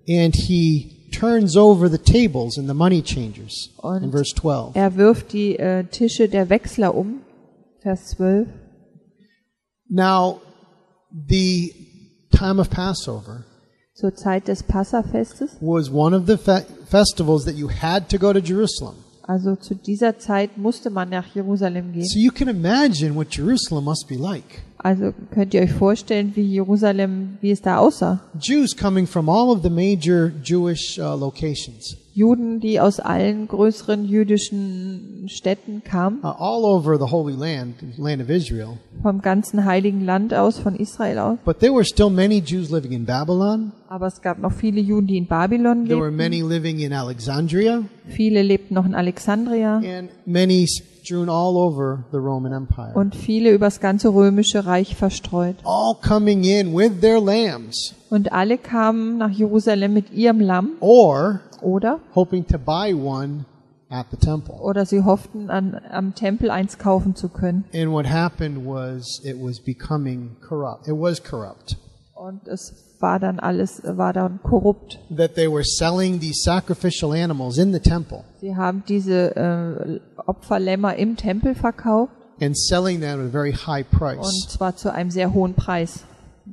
S1: and he turns over the tables and the money changers in
S2: Und-
S1: verse 12.
S2: Er wirft die äh, Tische der Wechsler um, Vers 12.
S1: Now, the time of Passover
S2: Zur Zeit des Passafestes,
S1: was one of the fe- festivals that you had to go to Jerusalem.
S2: also zu dieser Zeit musste man nach Jerusalem gehen.
S1: So you can imagine what Jerusalem must be like.
S2: Also könnt ihr euch vorstellen, wie Jerusalem, wie es da aussah.
S1: Jews coming from all of the major Jewish uh, locations,
S2: Juden, die aus allen größeren jüdischen Städten kamen,
S1: uh, all over the Holy Land, land of Israel.
S2: vom ganzen heiligen Land aus, von Israel aus.
S1: But there were still many Jews living in Babylon.
S2: Aber es gab noch viele Juden, die in Babylon
S1: There were
S2: lebten.
S1: many living in Alexandria,
S2: Viele lebten noch in Alexandria
S1: and many strewn all over the Roman Empire.
S2: und viele übers ganze römische Reich verstreut.
S1: All coming in with their lambs,
S2: Und alle kamen nach Jerusalem mit ihrem Lamm,
S1: or
S2: oder?
S1: hoping to buy one at the temple.
S2: Oder sie hofften, an, am Tempel eins kaufen zu können.
S1: And what happened was it was becoming corrupt. It was corrupt.
S2: Und es war dann alles, war dann korrupt.
S1: That they were selling these sacrificial animals in the temple.
S2: Sie haben diese äh, Opferlämmer im Tempel verkauft,
S1: and selling that at a very high price.
S2: und zwar zu einem sehr hohen Preis.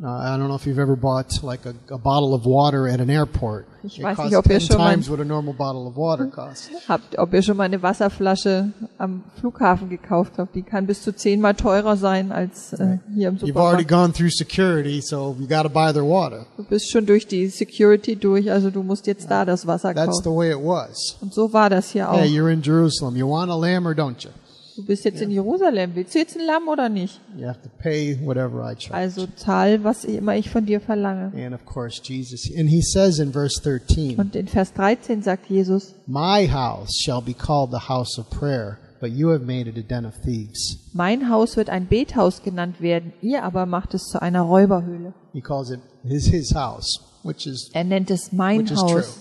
S1: Uh, I don't know if you've ever bought like a, a bottle of water at an airport.
S2: Ich
S1: it
S2: weiß
S1: costs
S2: nicht, ob ihr
S1: 10
S2: schon mal- Hm.
S1: times what a normal bottle of water costs.
S2: Habt, ob ihr schon mal eine Wasserflasche am Flughafen gekauft habt, die kann bis zu zehnmal teurer sein als äh, hier im
S1: You've already
S2: Supermarkt.
S1: gone through security, so you got to buy their water.
S2: Du bist schon durch die Security durch, also du musst jetzt da das Wasser
S1: That's the
S2: kaufen.
S1: way it was.
S2: Und so war das hier auch.
S1: Hey, you're in Jerusalem. You want a lamb or don't you?
S2: Du bist jetzt in Jerusalem. Willst du jetzt ein Lamm oder nicht?
S1: You have to pay whatever I charge.
S2: Also zahl, was ich- immer ich von dir verlange.
S1: and of course, Jesus. And he says in verse 13,
S2: Und in Vers 13 sagt Jesus,
S1: My house shall be called the house of prayer, but you have made it a den of thieves.
S2: mein Haus wird ein Bethaus genannt werden, ihr aber macht es zu einer Räuberhöhle.
S1: He calls it his, his house, which is
S2: Er nennt es mein
S1: Which is
S2: Haus.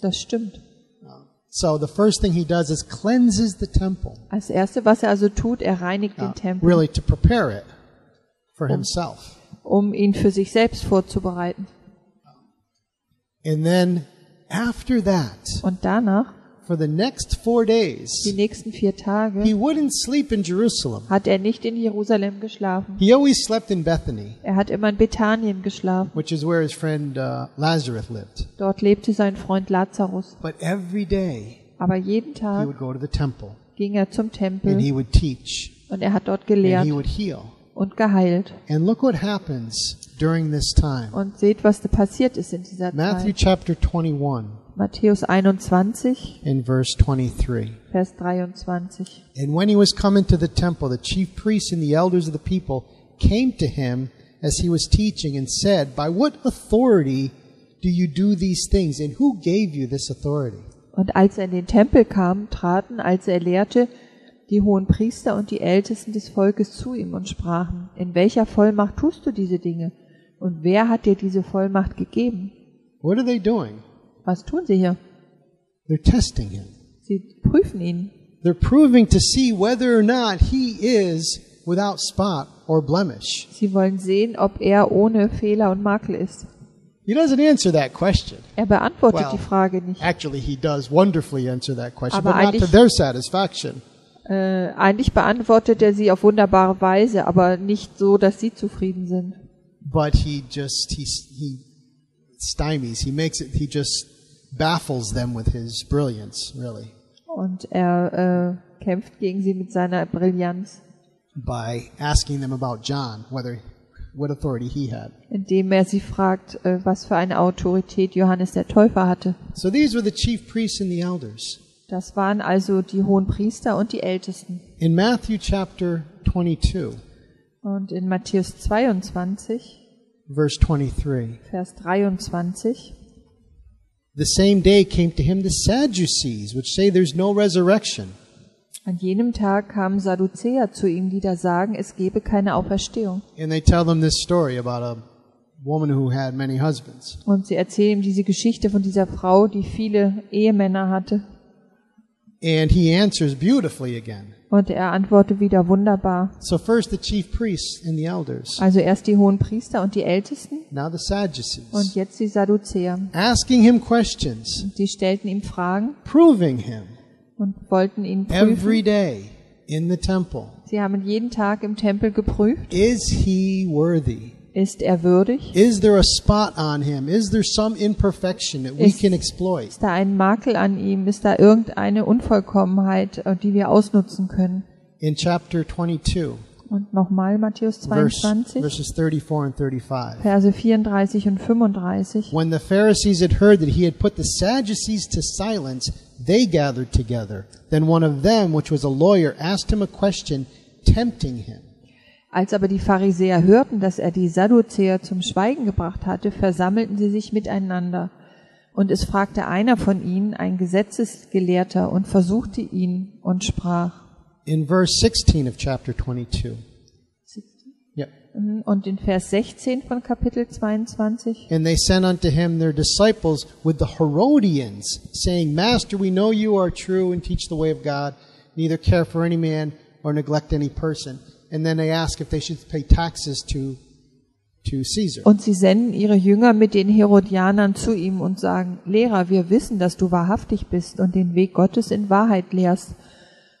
S2: Das stimmt.
S1: So the first thing he does is cleanses the temple,
S2: Als erste, was er also tut, er reinigt
S1: uh,
S2: den Tempel,
S1: really to prepare it for himself.
S2: um ihn für sich selbst vorzubereiten.
S1: And then after that,
S2: Und danach,
S1: for the next four
S2: die
S1: days,
S2: nächsten vier Tage,
S1: he wouldn't sleep in Jerusalem.
S2: hat er nicht in Jerusalem geschlafen.
S1: He always slept in Bethany,
S2: Er hat immer in Bethanien geschlafen.
S1: which is where his friend uh, Lazarus lived.
S2: Dort lebte sein Freund Lazarus.
S1: But every day
S2: Aber jeden
S1: he
S2: Tag
S1: would go to the temple
S2: ging er zum Tempel
S1: and he would teach
S2: und er hat dort
S1: and he
S2: gelehrt
S1: would heal.
S2: und geheilt.
S1: And look what happens during this time.
S2: Und seht, was da passiert ist in dieser
S1: Matthew
S2: Zeit.
S1: chapter 21
S2: Matthäus 21,
S1: and verse 23.
S2: Vers 23.
S1: And when he was come into the temple, the chief priests and the elders of the people came to him as he was teaching and said, By what authority do you do these things? And who gave you this authority?
S2: Und als er in den Tempel kam, traten, als er lehrte, die hohen Priester und die Ältesten des Volkes zu ihm und sprachen, in welcher Vollmacht tust du diese Dinge? Und wer hat dir diese Vollmacht gegeben?
S1: What are they doing?
S2: Was tun sie hier?
S1: They're testing him.
S2: Sie prüfen ihn.
S1: They're proving to see whether or not he is without spot or blemish.
S2: Sie wollen sehen, ob er ohne Fehler und Makel ist.
S1: He doesn't answer that question.
S2: Er beantwortet
S1: Well,
S2: die Frage nicht.
S1: Actually, he does wonderfully answer that question,
S2: Aber
S1: but not to
S2: eigentlich-
S1: their satisfaction.
S2: Äh, eigentlich beantwortet er sie auf wunderbare Weise, aber nicht so, dass sie zufrieden sind.
S1: but he just he he stymies. He makes it. He just baffles them with his brilliance. Really,
S2: Und er äh, kämpft gegen sie mit seiner Brillanz.
S1: by asking them about John, whether what authority he had.
S2: indem er sie fragt, äh, was für eine Autorität Johannes der Täufer hatte.
S1: So these were the chief priests and the elders.
S2: Das waren also die hohen Priester und die Ältesten.
S1: In Matthew chapter 22,
S2: Und in Matthäus 22,
S1: verse 23,
S2: Vers 23,
S1: the same day came to him the Sadducees, which say there's no resurrection.
S2: an jenem Tag kamen Sadduzäer zu ihm, die da sagen, es gebe keine Auferstehung.
S1: And they tell them this story about a woman who had many husbands.
S2: Und sie erzählen ihm diese Geschichte von dieser Frau, die viele Ehemänner hatte.
S1: And he answers beautifully again.
S2: Und er antwortete wieder wunderbar.
S1: So first the chief priests and the elders,
S2: Also erst die hohen Priester und die Ältesten
S1: now the
S2: und
S1: Sadducees,
S2: jetzt die Sadduzäer.
S1: asking him questions,
S2: Und Die stellten ihm Fragen
S1: proving him
S2: und wollten ihn prüfen.
S1: every day in the temple.
S2: Sie haben ihn jeden Tag im Tempel geprüft.
S1: Is he worthy?
S2: Ist er würdig?
S1: Is there a spot on him? Is there some imperfection that we
S2: Is-
S1: can exploit?
S2: Ist da ein Makel an ihm? Ist da irgendeine Unvollkommenheit, äh, die wir ausnutzen können?
S1: In chapter 22,
S2: Und nochmal Matthäus
S1: verse,
S2: 22,
S1: verses 34 and 35.
S2: Verse 34 und 35.
S1: When the Pharisees had heard that he had put the Sadducees to silence, they gathered together. Then one of them, which was a lawyer, asked him a question, tempting him.
S2: Als aber die Pharisäer hörten, dass er die Sadduzäer zum Schweigen gebracht hatte, versammelten sie sich miteinander. Und es fragte einer von ihnen, ein Gesetzesgelehrter, und versuchte ihn und sprach.
S1: In verse 16 of chapter 22. Yep.
S2: Und in Vers 16 von Kapitel 22.
S1: And they sent unto him their disciples with the Herodians, saying, Master, we know you are true and teach the way of God, neither care for any man or neglect any person. And then they ask if they should pay taxes to, to Caesar.
S2: Und sie senden ihre Jünger mit den Herodianern zu ihm und sagen, Lehrer, wir wissen, dass du wahrhaftig bist und den Weg Gottes in Wahrheit lehrst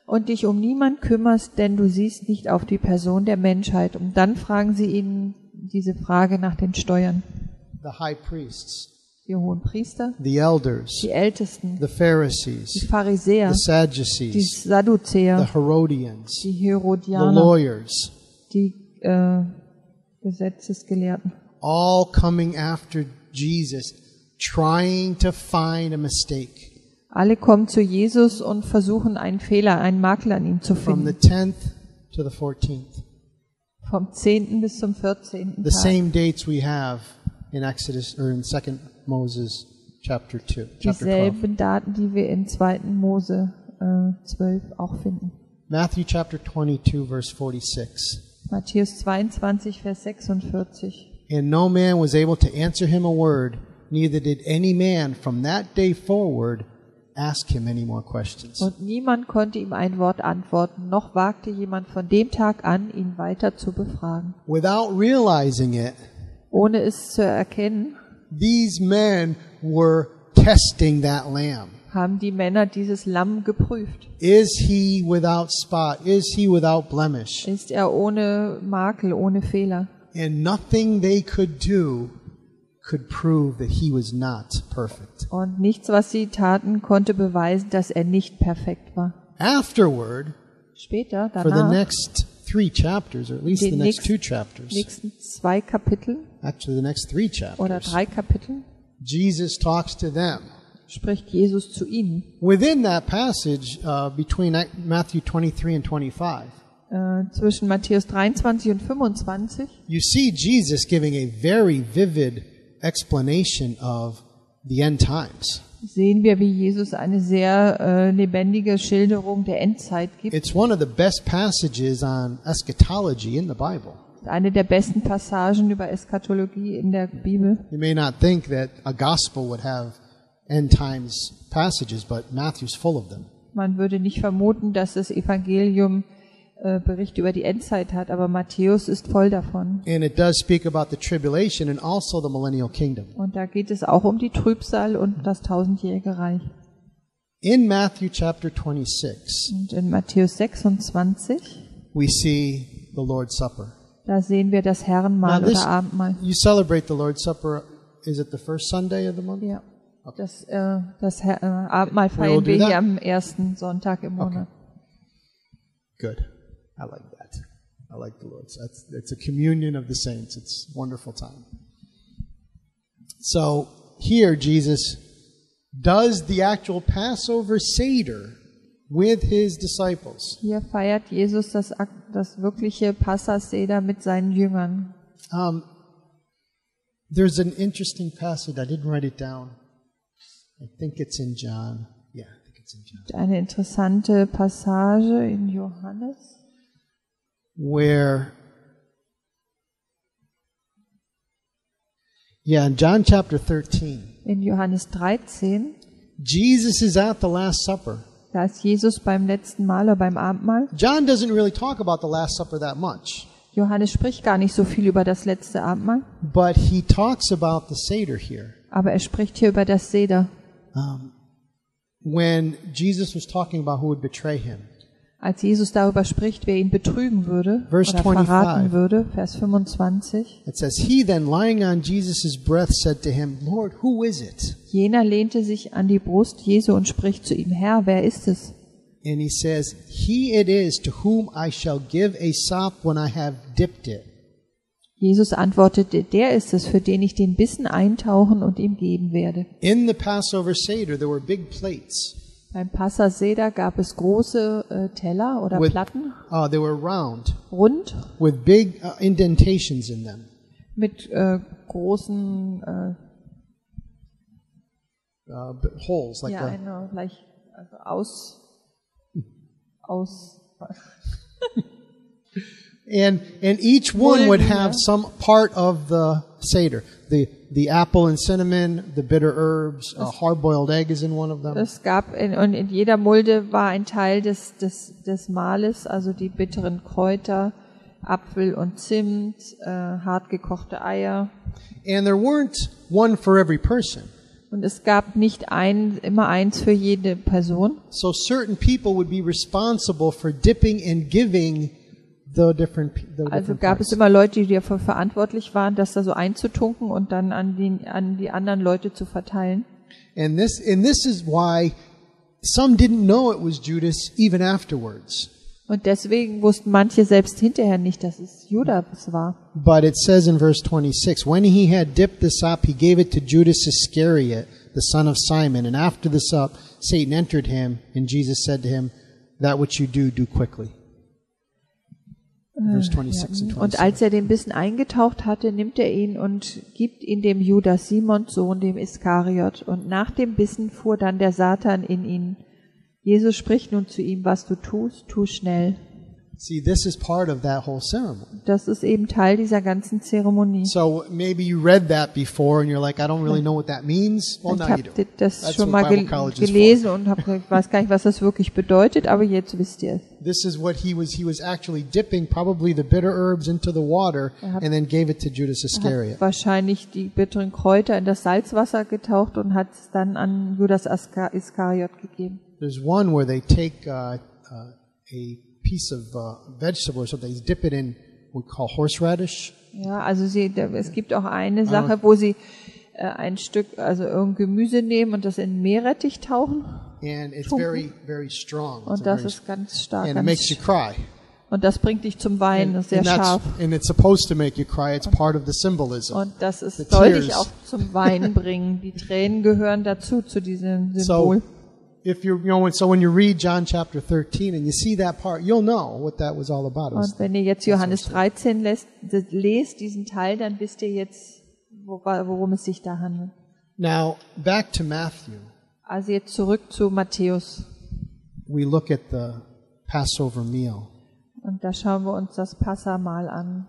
S2: und dich um niemand kümmerst, denn du siehst nicht auf die Person der Menschheit. Und dann fragen sie ihn diese Frage nach den Steuern.
S1: The high priests,
S2: Die hohen Priester,
S1: the elders,
S2: die Ältesten,
S1: the
S2: die
S1: Pharisees, the
S2: Pharisäer, die
S1: Sadducees, the
S2: Sadduzäer,
S1: Herodians,
S2: die
S1: the
S2: Herodianer,
S1: lawyers,
S2: die äh, Gesetzesgelehrten.
S1: all coming after Jesus, trying to find a mistake.
S2: Alle kommen zu Jesus und versuchen einen Fehler, einen Makel an ihm zu
S1: From
S2: finden.
S1: the 10th to the 14th.
S2: Vom 10. bis zum 14.
S1: The
S2: Tag.
S1: same dates we have in Exodus or in 2nd Moses chapter 2, chapter 12.
S2: Dieselben Daten, die wir in 2. Mose äh, 12 auch finden.
S1: Matthew chapter 22, verse 46.
S2: Matthäus 22, Vers 46.
S1: And no man was able to answer him a word, neither did any man from that day forward ask him any more questions.
S2: Und niemand konnte ihm ein Wort antworten, noch wagte jemand von dem Tag an, ihn weiter zu befragen.
S1: Without realizing it,
S2: Ohne es zu erkennen,
S1: these men were testing that lamb.
S2: haben die Männer dieses Lamm geprüft.
S1: Is he without spot? Is he without blemish?
S2: Ist er ohne Makel, ohne Fehler?
S1: And nothing they could do could prove that he was not perfect.
S2: Und nichts, was sie taten, konnte beweisen, dass er nicht perfekt war.
S1: Afterward,
S2: Später,
S1: for the
S2: danach,
S1: next three chapters, or at least
S2: The
S1: the next
S2: next-
S1: two chapters,
S2: nächsten zwei Kapitel
S1: actually the next three
S2: oder
S1: chapters,
S2: drei Kapitel
S1: Jesus talks to them.
S2: spricht Jesus zu ihnen.
S1: Within that passage, uh, between Matthew 23 and 25,
S2: Äh, zwischen Matthäus 23 und 25
S1: you see Jesus giving a very vivid explanation of the end times.
S2: sehen wir, wie Jesus eine sehr äh, lebendige Schilderung der Endzeit gibt.
S1: It's one of the best passages on eschatology in the Bible.
S2: Eine der besten Passagen über Eschatologie in der Bibel.
S1: You may not think that a gospel would have end times passages, but Matthew's full of them.
S2: Man würde nicht vermuten, dass das Evangelium äh, Bericht über die Endzeit hat, aber Matthäus ist voll davon.
S1: And it does speak about the tribulation and also the millennial kingdom.
S2: Und da geht es auch um die Trübsal und das tausendjährige Reich.
S1: In Matthew chapter 26,
S2: Und in Matthäus 26
S1: we see the Lord's Supper.
S2: Da sehen wir das Herrenmahl
S1: Now this-
S2: oder Abendmahl.
S1: You celebrate the Lord's Supper, is it the first Sunday of the month?
S2: Ja. Das, äh, das Her äh, Abendmahl
S1: We will
S2: feiern
S1: do
S2: wir
S1: that.
S2: hier am ersten Sonntag im Monat.
S1: Good. I like that. I like the Lord. So that's, it's a communion of the saints. It's a wonderful time. So here Jesus does the actual Passover Seder with his disciples.
S2: Hier feiert Jesus das, Ak- das wirkliche Passaseder mit seinen Jüngern.
S1: Um, there's an interesting passage. I didn't write it down. I think it's in John. Yeah, I think it's in John.
S2: Eine interessante Passage in Johannes.
S1: where yeah in john chapter 13
S2: In Johannes 13,
S1: jesus is at the last supper
S2: da ist Jesus beim letzten Mal oder beim Abendmahl.
S1: john doesn't really talk about the last supper that much
S2: Johannes spricht gar nicht so viel über das letzte Abendmahl,
S1: but he talks about the seder here
S2: aber er spricht hier über das Seder.
S1: um, when jesus was talking about who would betray him
S2: Als Jesus darüber spricht, wer ihn betrügen würde
S1: Verse
S2: oder
S1: 25.
S2: verraten würde, Vers 25,
S1: it says he then lying on jesus' breath said to him lord who is it
S2: jener lehnte sich an die Brust Jesu und spricht zu ihm, Herr, wer ist es?
S1: and he says he it is to whom i shall give a sop when i have dipped it
S2: Jesus antwortete, der ist es, für den ich den Bissen eintauchen und ihm geben werde.
S1: In the Passover Seder, there were big plates.
S2: Beim Passaseder gab es große äh, Teller oder
S1: With,
S2: Platten,
S1: uh, they were round,
S2: rund,
S1: with big uh, indentations in them.
S2: mit äh, großen äh,
S1: Uh, b- holes like
S2: ja,
S1: a,
S2: eine, gleich, also aus, aus,
S1: and and each one would
S2: Holen,
S1: have
S2: ja.
S1: some part of the seder the the apple and cinnamon the bitter herbs a hard boiled egg is in one of them
S2: Es gab in, und in jeder Mulde war ein Teil des, des, des Mahles, also die bitteren Kräuter, Apfel und Zimt, äh, hart gekochte Eier.
S1: and there weren't one for every person
S2: Und es gab nicht ein, immer eins für jede Person.
S1: so certain people would be responsible for dipping and giving the different p- the
S2: Also
S1: different
S2: gab
S1: parts.
S2: es immer Leute, die dafür verantwortlich waren, das da so einzutunken und dann an die, an die anderen Leute zu verteilen.
S1: And this and this is why some didn't know it was Judas even afterwards.
S2: Und deswegen wussten manche selbst hinterher nicht, dass es Judas war.
S1: But it says in verse 26, when he had dipped the sop, he gave it to Judas Iscariot, the son of Simon. And after the sup, Satan entered him, and Jesus said to him, That which you do, do quickly. Verse 26 and
S2: Und
S1: 27.
S2: als er den Bissen eingetaucht hatte, nimmt er ihn und gibt ihn dem Judas, Simons Sohn, dem Iskariot. Und nach dem Bissen fuhr dann der Satan in ihn. Jesus spricht nun zu ihm, was du tust, tu schnell.
S1: See, this is part of that whole ceremony.
S2: Das ist eben Teil dieser ganzen Zeremonie.
S1: So maybe you read that before and you're like, I don't really know what that means. Well,
S2: ich
S1: now you
S2: habe
S1: do.
S2: das
S1: That's
S2: schon
S1: what
S2: mal
S1: Bible
S2: gel
S1: college is for.
S2: gelesen und hab, gesagt, ich weiß gar nicht, was das wirklich bedeutet, aber jetzt wisst ihr es.
S1: This is what he was. He was actually dipping probably the bitter herbs into the water
S2: Perhaps-
S1: and then gave it to Judas Iscariot.
S2: Hat wahrscheinlich die bitteren Kräuter in das Salzwasser getaucht und hat es dann an Judas Aska- Iskariot gegeben.
S1: There's one where they take uh, uh, a piece of uh, vegetable or something, they dip it in what we call horseradish.
S2: Ja, also sie, da, es gibt auch
S1: Ah,
S2: eine Sache, wo sie äh, ein Stück, also irgendein Gemüse nehmen und das in Meerrettich tauchen
S1: And it's
S2: Tofu.
S1: very, very strong. It's a
S2: und das
S1: very-
S2: ist ganz stark.
S1: and it makes
S2: Ganz,
S1: you cry.
S2: und das bringt dich zum Weinen, das ist sehr
S1: and, that's,
S2: scharf.
S1: and it's supposed to make you cry. It's part of the symbolism.
S2: Und das ist,
S1: the
S2: soll dich
S1: tears.
S2: auch zum Weinen bringen. Die Tränen gehören dazu, zu diesem Symbol.
S1: so if you're, you know, when- so when you read John chapter 13 and you see that part, you'll know what that was all about. It was
S2: und wenn ihr jetzt Johannes 13 lest, lest diesen Teil, dann wisst ihr jetzt, wo- worum es sich da handelt.
S1: Now, back to Matthew,
S2: Also jetzt zurück zu Matthäus.
S1: we look at the Passover meal.
S2: Und da schauen wir uns das Passamal an.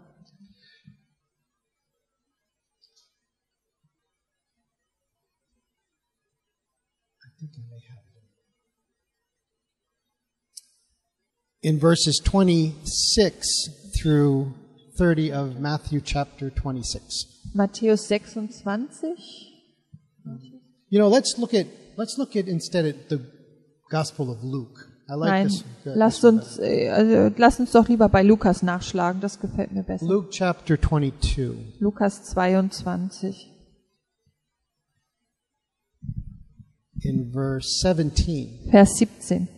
S1: In verses 26 through 30 of Matthew chapter 26.
S2: Matthäus 26.
S1: You know, let's look at let's look at instead at the Gospel of Luke. I like
S2: Nein,
S1: this. this
S2: lasst
S1: one
S2: uns, äh, also, lasst uns doch lieber bei Lukas nachschlagen, das gefällt mir
S1: better.
S2: besser.
S1: Luke chapter 22.
S2: Lukas 22.
S1: In verse 17,
S2: Vers 17.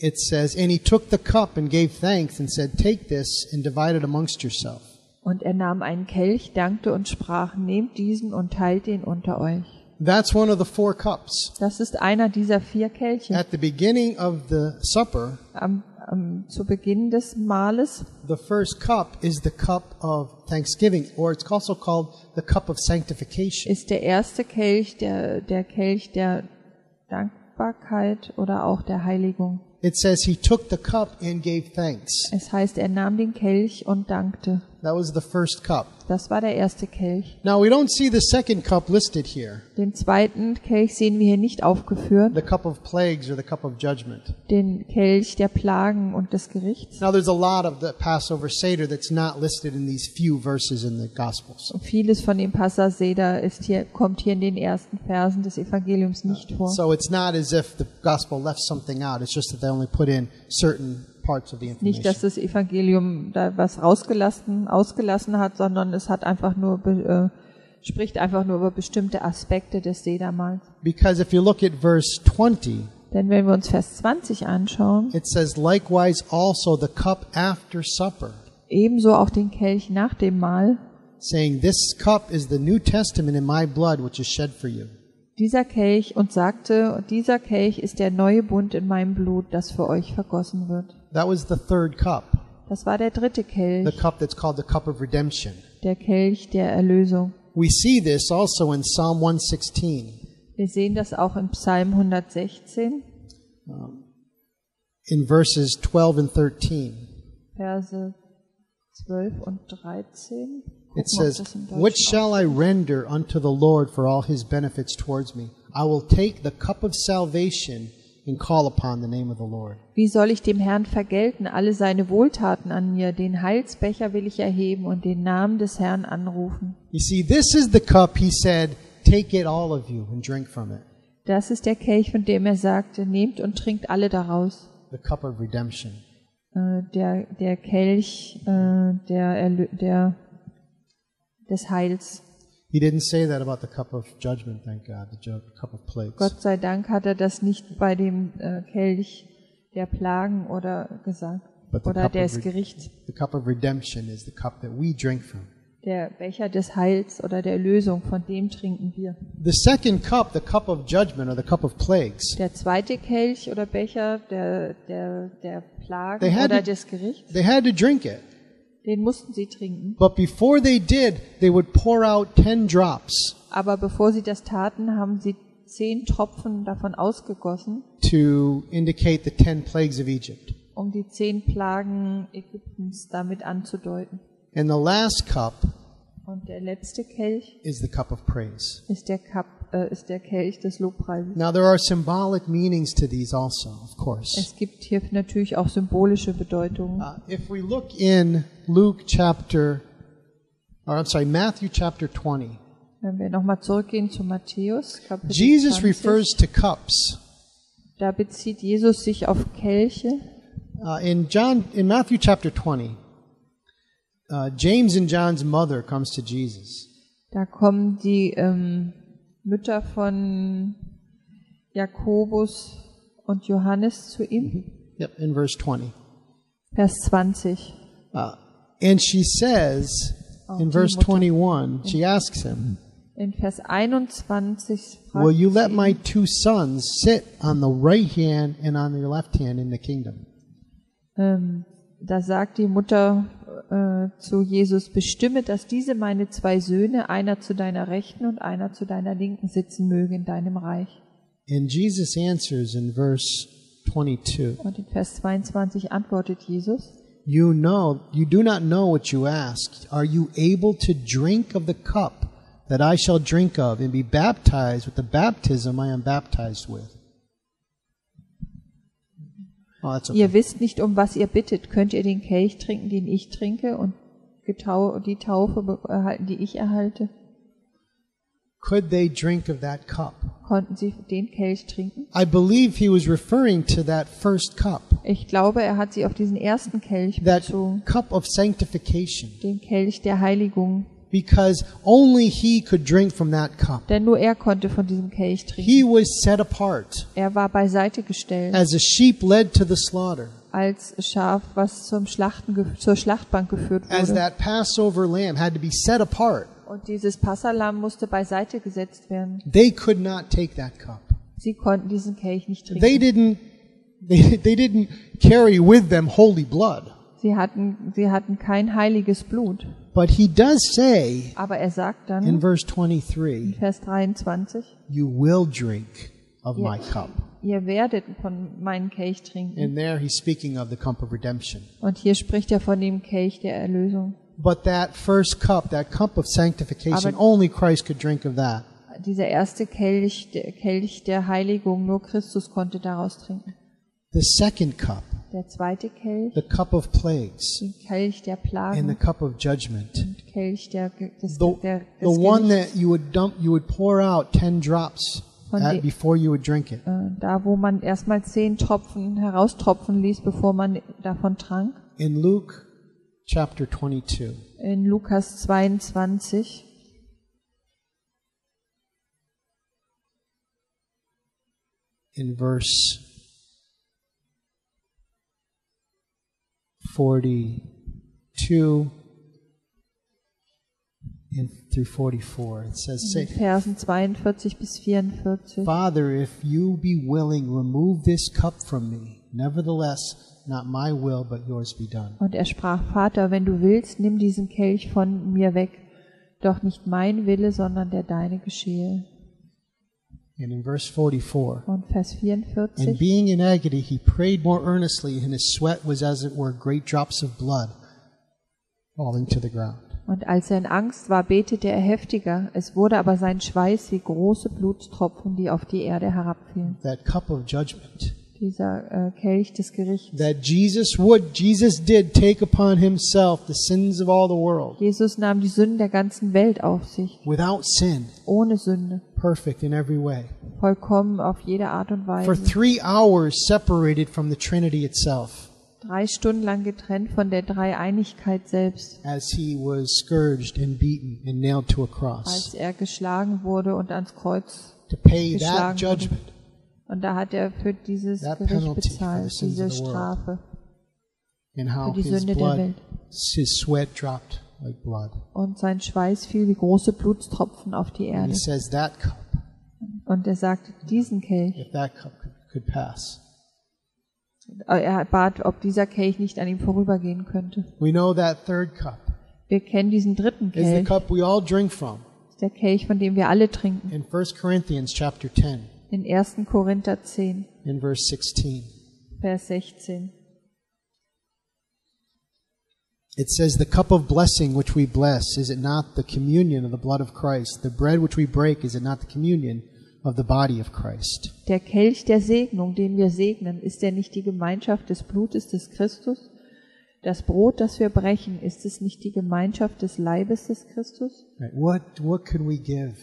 S1: it says, And he took the cup and gave thanks and said, Take this and divide it amongst yourself.
S2: Und er nahm einen Kelch, dankte und sprach, nehmt diesen und teilt ihn unter euch.
S1: That's one of the four cups.
S2: Das ist einer dieser vier Kelche.
S1: At the beginning of the supper,
S2: Am, am, zu Beginn des Mahles,
S1: the first cup is the cup of thanksgiving, or it's also called the cup of sanctification.
S2: ist der erste Kelch der, der Kelch der Dankbarkeit oder auch der Heiligung.
S1: It says, He took the cup and gave thanks.
S2: Es heißt, er nahm den Kelch und dankte.
S1: That was the first cup.
S2: Das war der erste Kelch.
S1: Now, we don't see the second cup listed here
S2: Den zweiten Kelch sehen wir hier nicht aufgeführt,
S1: the cup of plagues or the cup of judgment.
S2: den Kelch der Plagen und des Gerichts.
S1: Now, there's a lot of the Passover Seder that's not listed in these few verses in the Gospels.
S2: Und vieles von dem Passas Seder ist hier, kommt hier in den ersten Versen des Evangeliums nicht vor.
S1: So it's not as if the Gospel left something out, it's just that they only put in certain parts of the
S2: Nicht,
S1: information.
S2: dass das Evangelium da was rausgelassen, ausgelassen hat, sondern es hat einfach nur, be- äh, spricht einfach nur über bestimmte Aspekte des Sedermahls.
S1: Because if you look at verse 20,
S2: Denn wenn wir uns Vers 20 anschauen,
S1: it says, Likewise also the cup after supper,
S2: ebenso auch den Kelch nach dem Mahl,
S1: saying, This cup is the New Testament in my blood, which is shed for you.
S2: dieser Kelch und sagte, dieser Kelch ist der neue Bund in meinem Blut, das für euch vergossen wird.
S1: That was the third cup,
S2: Das war der dritte
S1: the
S2: Kelch,
S1: cup that's called the cup of redemption.
S2: der Kelch der Erlösung.
S1: We see this also in Psalm 116.
S2: Wir sehen das auch im Psalm 116,
S1: in verses 12 and 13.
S2: Verse 12 und 13. Gucken,
S1: It
S2: ob das
S1: says,
S2: im Deutschen
S1: What shall I render unto the Lord for all his benefits towards me? I will take the cup of salvation and call upon the name of the Lord.
S2: Wie soll ich dem Herrn vergelten alle seine Wohltaten an mir? Den Heilsbecher will ich erheben und den Namen des Herrn anrufen.
S1: You see, this is the cup he said, Take it, all of you, and drink from it.
S2: Das ist der Kelch, von dem er sagte, nehmt und trinkt alle daraus.
S1: The cup of redemption.
S2: Äh, der, der Kelch äh, der, Erlö der, des Heils.
S1: He didn't say that about the cup of judgment, thank God, the ju- cup of plagues.
S2: Gott sei Dank hat er das nicht bei dem äh, Kelch der Plagen oder gesagt
S1: But the
S2: oder
S1: cup
S2: des
S1: of re-
S2: Gerichts.
S1: The cup of redemption is the cup that we drink from.
S2: Der Becher des Heils oder der Erlösung, von dem trinken wir.
S1: The second cup, the cup of judgment or the cup of plagues,
S2: Der zweite Kelch oder Becher der, der, der Plagen
S1: They had
S2: oder
S1: it-
S2: des Gerichts,
S1: they had to drink it.
S2: den mussten sie trinken.
S1: But before they did, they would pour out ten drops
S2: Aber bevor sie das taten, haben sie zehn Tropfen davon ausgegossen,
S1: to indicate the ten plagues of Egypt.
S2: um die zehn Plagen Ägyptens damit anzudeuten.
S1: And the last cup
S2: Und der letzte Kelch
S1: is the cup of praise.
S2: ist der, Kap, äh, ist der Kelch des Lobpreises.
S1: Now, there are symbolic meanings to these also, of course.
S2: Es gibt hier natürlich auch symbolische Bedeutungen.
S1: Uh, if we look in Luke chapter, or I'm sorry, Matthew chapter 20,
S2: Wenn wir nochmal zurückgehen zu Matthäus, Kapitel
S1: Jesus
S2: 20,
S1: refers to cups.
S2: da bezieht Jesus sich auf Kelche.
S1: Uh, in John, in Matthew chapter 20, uh, James and John's mother comes to Jesus.
S2: Da kommen die ähm, Mütter von Jakobus und Johannes zu ihm.
S1: Yep, in verse 20.
S2: Vers 20.
S1: Uh, and she says in verse 21, she asks him,
S2: In Vers 21
S1: Will
S2: fragt
S1: you let
S2: sie,
S1: my two sons sit on the right hand and on your left hand in the kingdom?
S2: ähm, da sagt die Mutter äh, zu Jesus, bestimme, dass diese meine zwei Söhne, einer zu deiner Rechten und einer zu deiner Linken sitzen möge in deinem Reich.
S1: And Jesus answers in verse 22,
S2: Und in Vers 22 antwortet Jesus,
S1: You know, you do not know what you ask. Are you able to drink of the cup that I shall drink of and be baptized with the baptism I am baptized with? Oh, that's okay.
S2: Ihr wisst nicht, um was ihr bittet. Könnt ihr den Kelch trinken, den ich trinke, und getau die Taufe be- erhalten, die ich erhalte?
S1: Could they drink of that cup?
S2: Konnten sie den Kelch trinken?
S1: I believe he was referring to that first cup,
S2: Ich glaube, er hat sie auf diesen ersten Kelch
S1: that
S2: bezogen,
S1: cup of sanctification,
S2: den Kelch der Heiligung,
S1: because only he could drink from that cup.
S2: denn nur er konnte von diesem Kelch trinken.
S1: He was set apart
S2: Er war beiseite gestellt
S1: as a sheep led to the slaughter,
S2: als Schaf, was zum Schlachten, gef- zur Schlachtbank geführt
S1: as
S2: wurde.
S1: that Passover lamb had to be set apart.
S2: Und dieses Passalam musste beiseite gesetzt werden.
S1: They could not take that cup.
S2: Sie konnten diesen Kelch nicht
S1: They
S2: trinken.
S1: didn't they, they didn't carry with them holy blood.
S2: Sie hatten, sie hatten kein heiliges Blut.
S1: But he does say
S2: Aber er sagt
S1: in
S2: dann,
S1: verse
S2: in
S1: 23,
S2: Vers 23,
S1: you will drink of my cup.
S2: ihr werdet von meinem Kelch trinken.
S1: And there he's speaking of the cup of redemption.
S2: Und hier spricht er von dem Kelch der Erlösung.
S1: But that first cup, that cup of sanctification,
S2: Aber-
S1: only Christ could drink of that.
S2: Dieser erste Kelch, der Kelch der Heiligung, nur Christus konnte daraus trinken.
S1: The second cup,
S2: Der zweite Kelch,
S1: the cup of plagues
S2: den Kelch der
S1: and the
S2: Plagen,
S1: cup of judgment.
S2: den Kelch der, des, der,
S1: The,
S2: des
S1: the one
S2: Gerichts,
S1: that you would dump, you would pour out 10 drops
S2: Von
S1: at-
S2: de-
S1: before you would drink it.
S2: äh, da wo man erstmal zehn Tropfen heraustropfen ließ, bevor man davon trank.
S1: In Luke chapter 22,
S2: In Lukas 22,
S1: in verse 42 and through 44, it says,
S2: in
S1: say,
S2: Versen 42 bis 44.
S1: Father, if you be willing, remove this cup from me. Nevertheless, not my will, but yours be done.
S2: Und er sprach, Vater, wenn du willst, nimm diesen Kelch von mir weg. Doch nicht mein Wille, sondern der deine geschehe.
S1: And in verse 44,
S2: Und Vers
S1: And
S2: 44.
S1: being in agony, he prayed more earnestly, and his sweat was as it were great drops of blood falling to the ground.
S2: Und als er in Angst war, betete er heftiger. Es wurde aber sein Schweiß wie große Blutstropfen, die auf die Erde herabfielen.
S1: That cup of judgment
S2: Dieser äh, Kelch des Gerichts.
S1: that Jesus would, Jesus did take upon himself the sins of all the world
S2: Jesus nahm die Sünden der ganzen Welt auf sich,
S1: without sin,
S2: ohne Sünde,
S1: perfect in every way.
S2: vollkommen auf jede Art und
S1: For
S2: Weise.
S1: three hours separated from the Trinity itself
S2: Drei Stunden lang getrennt von der Dreieinigkeit selbst,
S1: as he was scourged and beaten and nailed to a cross
S2: als er geschlagen wurde und ans Kreuz
S1: to pay that
S2: geschlagen wurde.
S1: judgment.
S2: Und da hat er für dieses
S1: That
S2: Gericht
S1: penalty for the
S2: bezahlt,
S1: sins
S2: diese
S1: of the world.
S2: Strafe.
S1: And how
S2: Für die
S1: his
S2: Sünde der
S1: blood,
S2: Welt.
S1: his sweat dropped like blood.
S2: Und sein Schweiß fiel wie große Blutstropfen auf die
S1: And
S2: Erde.
S1: he says that cup,
S2: Und er sagte, diesen Kelch.
S1: if that cup could, could pass.
S2: äh, Er bat, ob dieser Kelch nicht an ihm vorübergehen könnte.
S1: We know that third cup
S2: Wir kennen diesen dritten
S1: is the
S2: Kelch,
S1: cup we all drink from
S2: der Kelch, von dem wir alle trinken.
S1: in 1 Corinthians chapter 10
S2: In 1. Korinther 10,
S1: in verse 16.
S2: Vers 16.
S1: It says, The cup of blessing which we bless, is it not the communion of the blood of Christ? The bread which we break, is it not the communion of the body of Christ?
S2: Der Kelch der Segnung, den wir segnen, ist er nicht die Gemeinschaft des Blutes des Christus? Das Brot, das wir brechen, ist es nicht die Gemeinschaft des Leibes des Christus?
S1: Right? What, what can we give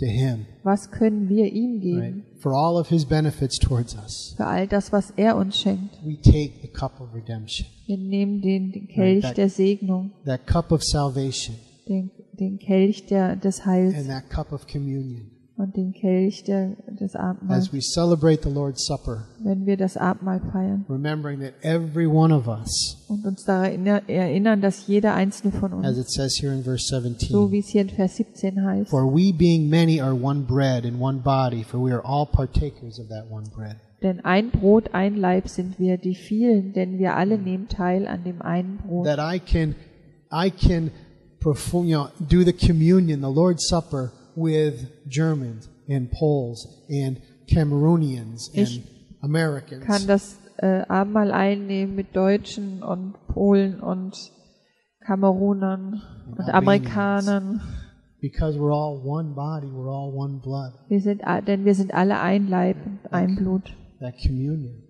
S1: to him
S2: Was können wir ihm
S1: right?
S2: geben
S1: for all of his benefits towards us?
S2: für all das, was er uns schenkt?
S1: We take the cup of redemption,
S2: Wir nehmen den, den Kelch
S1: Danke.
S2: der Segnung,
S1: that cup of salvation,
S2: den, den Kelch der, des
S1: and
S2: Heils
S1: that cup of communion.
S2: und den Kelch der, des Abendmahls,
S1: as we celebrate the Lord's Supper,
S2: wenn wir das Abendmahl feiern
S1: remembering that every one of us,
S2: und uns daran erinner- erinnern, dass jeder einzelne von
S1: as
S2: uns,
S1: it says here in verse
S2: so
S1: 17,
S2: wie es hier in Vers 17 heißt,
S1: Mm. for we being many are one bread and one body, for we are all partakers of that one bread.
S2: Denn ein Brot, ein Leib sind wir, die vielen, denn wir alle nehmen teil an dem einen Brot.
S1: Mm. That I can, I can, perform, you know, do the communion, the Lord's Supper with Germans and Poles and Cameroonians
S2: Ich
S1: and
S2: Kann
S1: Americans.
S2: das äh, Abendmahl einnehmen mit Deutschen und Polen und Kamerunern und
S1: Armenians.
S2: Amerikanern.
S1: Because we're all one body, we're all one blood.
S2: Wir sind, a- denn wir sind alle ein Leib und ein Blut.
S1: That communion.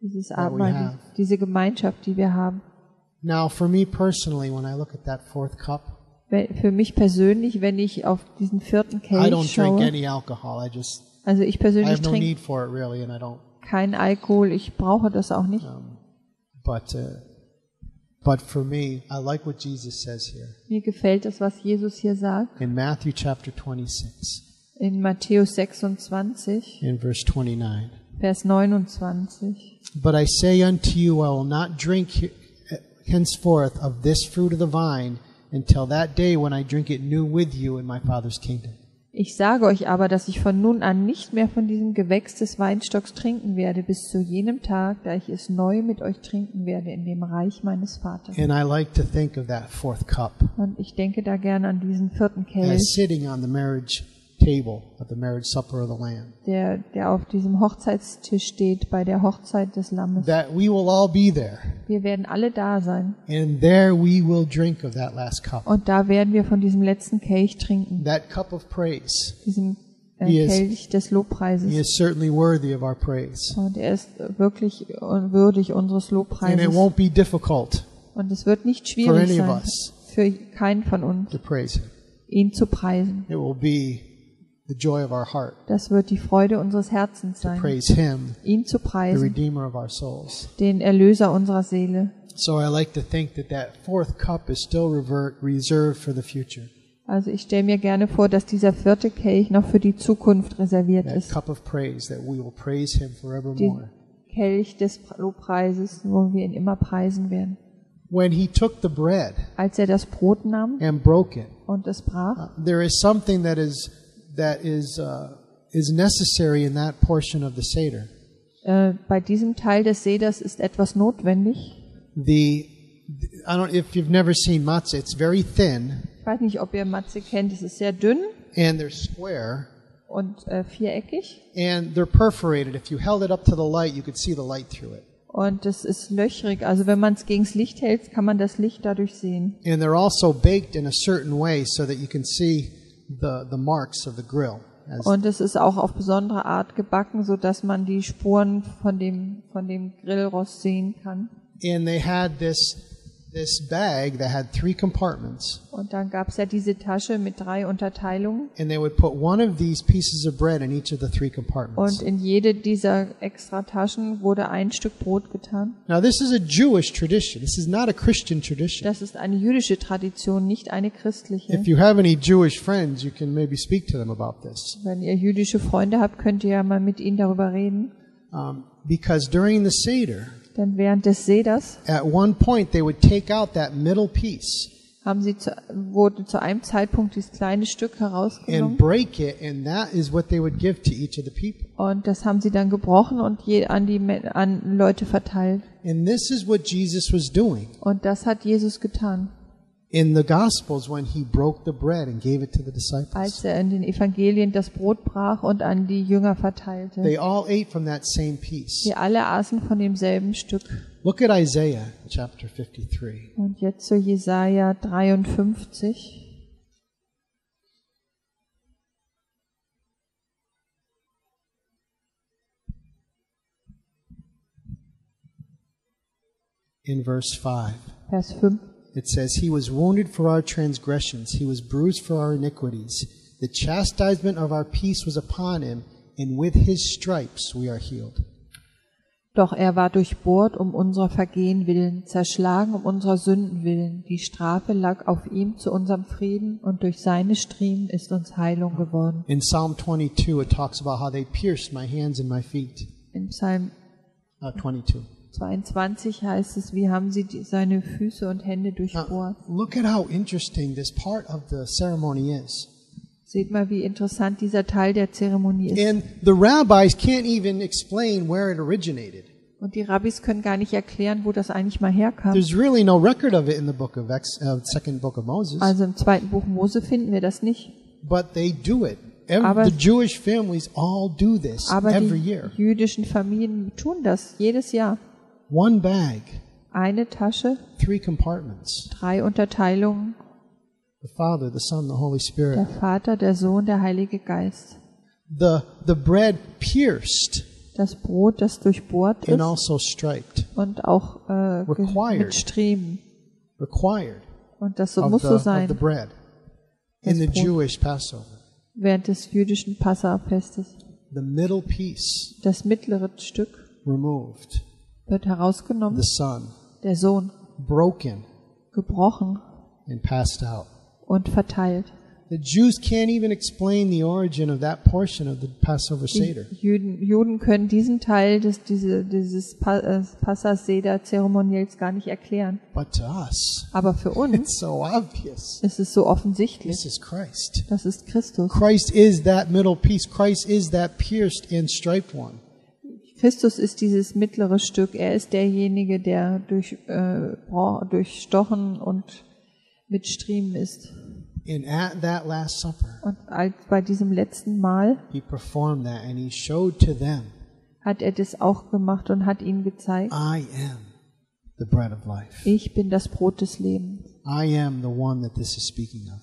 S2: Dieses
S1: we
S2: Abendmahl,
S1: have.
S2: die, diese Gemeinschaft, die wir haben.
S1: Now, for me personally, when I look at that fourth cup,
S2: Wenn- Für mich persönlich, wenn ich auf diesen vierten
S1: I
S2: Kelch
S1: don't drink
S2: schaue,
S1: any alcohol. I just
S2: also ich
S1: I
S2: persönlich
S1: have no
S2: trinke
S1: need for it really, and I don't.
S2: keinen Alkohol, ich brauche das auch nicht.
S1: But uh, But for me, I like what Jesus says here
S2: Mir gefällt es, was Jesus hier sagt
S1: in Matthew chapter 26
S2: in Matthäus 26,
S1: in verse 29.
S2: Vers 29.
S1: But I say unto you, I will not drink he- henceforth of this fruit of the vine until that day when I drink it new with you in my Father's kingdom.
S2: Ich sage euch aber, dass ich von nun an nicht mehr von diesem Gewächs des Weinstocks trinken werde, bis zu jenem Tag, da ich es neu mit euch trinken werde in dem Reich meines Vaters.
S1: And I like to think of that fourth cup
S2: Und ich denke da gerne an diesen vierten
S1: as
S2: Kelch,
S1: sitting on the marriage table at the marriage supper of the Lamb.
S2: der, der auf diesem Hochzeitstisch steht bei der Hochzeit des Lammes.
S1: That we will all be there,
S2: Wir werden alle da sein
S1: and there we will drink of that last cup.
S2: und da werden wir von diesem letzten Kelch trinken,
S1: That cup of praise.
S2: diesem äh,
S1: He is-
S2: Kelch des Lobpreises.
S1: He is certainly worthy of our praise.
S2: Und er ist wirklich würdig unseres
S1: And it
S2: Lobpreises.
S1: won't be difficult
S2: Und es wird nicht
S1: for
S2: schwierig
S1: any of
S2: sein,
S1: us
S2: für keinen von uns,
S1: to praise Him.
S2: ihn zu preisen.
S1: It will be the joy of our heart
S2: Das wird die Freude unseres Herzens
S1: to
S2: sein,
S1: praise Him,
S2: ihn zu
S1: the
S2: preisen,
S1: Redeemer of our souls.
S2: den Erlöser unserer Seele.
S1: So I like to think that that fourth cup is still revert, reserved for the future.
S2: Also ich stelle mir gerne vor, dass dieser vierte Kelch noch für die Zukunft reserviert
S1: That
S2: ist.
S1: cup of praise that we will praise Him
S2: Den
S1: forevermore.
S2: Kelch des Lobpreises, wo wir ihn immer preisen werden.
S1: When He took the bread
S2: Als er das Brot nahm
S1: and broke it,
S2: und es brach,
S1: uh, there is something that is that is uh, is necessary in that portion of the seder. Ah.
S2: äh, bei diesem Teil des Seders ist etwas notwendig.
S1: The I don't if you've never seen matzah, it's very thin
S2: Ich weiß nicht, ob ihr Matze kennt. Es ist sehr dünn
S1: and they're square
S2: und äh, viereckig.
S1: and they're perforated. If you held it up to the light, you could see the light through it.
S2: Und es ist löchrig. Also wenn man es gegens Licht hält, kann man das Licht dadurch sehen.
S1: And they're also baked in a certain way so that you can see the the marks of the grill. As,
S2: Und es ist auch auf besondere Art gebacken, so dass man die Spuren von dem, von dem Grillrost sehen kann.
S1: and they had this this bag that had three compartments,
S2: Und dann gab es ja diese Tasche mit drei Unterteilungen.
S1: and they would put one of these pieces of bread in each of the three compartments.
S2: Und in jede dieser extra Taschen wurde ein Stück Brot getan.
S1: Now, this is a Jewish tradition. This is not a Christian tradition.
S2: Das ist eine jüdische Tradition, nicht eine christliche.
S1: If you have any Jewish friends, you can maybe speak to them about this.
S2: Wenn ihr jüdische Freunde habt, könnt ihr ja mal mit ihnen darüber reden.
S1: Um, because during the Seder,
S2: Denn während des Seders
S1: at one point, they would take out that middle piece
S2: haben sie zu, wurde zu einem Zeitpunkt dieses kleine
S1: and
S2: Stück herausgenommen
S1: break it, and that is what they would give to each of the people.
S2: und das haben sie dann gebrochen und je, an die Men- an Leute verteilt.
S1: And this is what Jesus was doing
S2: Und das hat Jesus getan.
S1: in the Gospels when he broke the bread and gave it to the
S2: Als
S1: disciples.
S2: er in den Evangelien das Brot brach und an die Jünger verteilte.
S1: They all ate from that same piece.
S2: Sie alle aßen von demselben Stück.
S1: Look at Isaiah chapter 53.
S2: Und jetzt zu Jesaja 53.
S1: in verse 5.
S2: Vers 5.
S1: It says, He was wounded for our transgressions, He was bruised for our iniquities. The chastisement of our peace was upon Him, and with His stripes we are healed.
S2: Doch er war durchbohrt um unserer Vergehen willen, zerschlagen um unserer Sünden willen. Die Strafe lag auf ihm zu unserem Frieden und durch seine Striemen ist uns Heilung geworden.
S1: In Psalm 22, it talks about how they pierced my hands and my feet.
S2: In Psalm
S1: Uh, 22.
S2: 22 heißt es, wie haben sie die, seine Füße und Hände
S1: Now,
S2: durchbohrt.
S1: look at how interesting this part of the ceremony is.
S2: Seht mal, wie interessant dieser Teil der Zeremonie ist.
S1: And the rabbis can't even explain where it originated.
S2: Und die Rabbis können gar nicht erklären, wo das eigentlich mal herkam.
S1: There's really no record of it in the book of Ex- uh, second book of Moses.
S2: Also im zweiten Buch Mose finden wir das nicht.
S1: But they do it. Every,
S2: Aber-
S1: the Jewish families all do this
S2: Aber
S1: every
S2: die
S1: year.
S2: jüdischen Familien tun das jedes Jahr.
S1: One bag,
S2: Eine Tasche,
S1: three compartments.
S2: drei Unterteilungen.
S1: The Father, the Son, the Holy
S2: Der
S1: Spirit.
S2: Vater, der Sohn, der Heilige Geist.
S1: The the bread pierced
S2: Das Brot, das durchbohrt
S1: and
S2: ist
S1: also striped.
S2: und auch äh, ge-
S1: Required.
S2: mit Striemen.
S1: Required
S2: Und das so
S1: of
S2: muss
S1: the,
S2: so
S1: of the
S2: sein
S1: bread in the
S2: That's cool.
S1: Jewish Passover.
S2: während des jüdischen Passafestes.
S1: The middle piece
S2: Das mittlere Stück
S1: removed.
S2: wird herausgenommen.
S1: The Son,
S2: Der Sohn,
S1: broken
S2: gebrochen
S1: and passed out.
S2: und verteilt.
S1: The Jews can't even explain the origin of that portion of the Passover Seder.
S2: Die Juden, Juden können diesen Teil des, diese, dieses Pa- äh, Passas Seder Zeremoniels gar nicht erklären.
S1: But to us,
S2: Aber für uns
S1: it's so obvious.
S2: ist es so offensichtlich.
S1: This is Christ.
S2: Das ist Christus.
S1: Christ is that middle piece. Christ is that pierced and striped one.
S2: Christus ist dieses mittlere Stück. Er ist derjenige, der durch, äh, bra- durchstochen und mit Striemen ist.
S1: And at that Last Supper,
S2: Und als bei diesem letzten Mal
S1: he performed that and he showed to them,
S2: hat er das auch gemacht und hat ihnen gezeigt,
S1: I am the bread of life.
S2: ich bin das Brot des Lebens.
S1: I am the one that this is speaking of.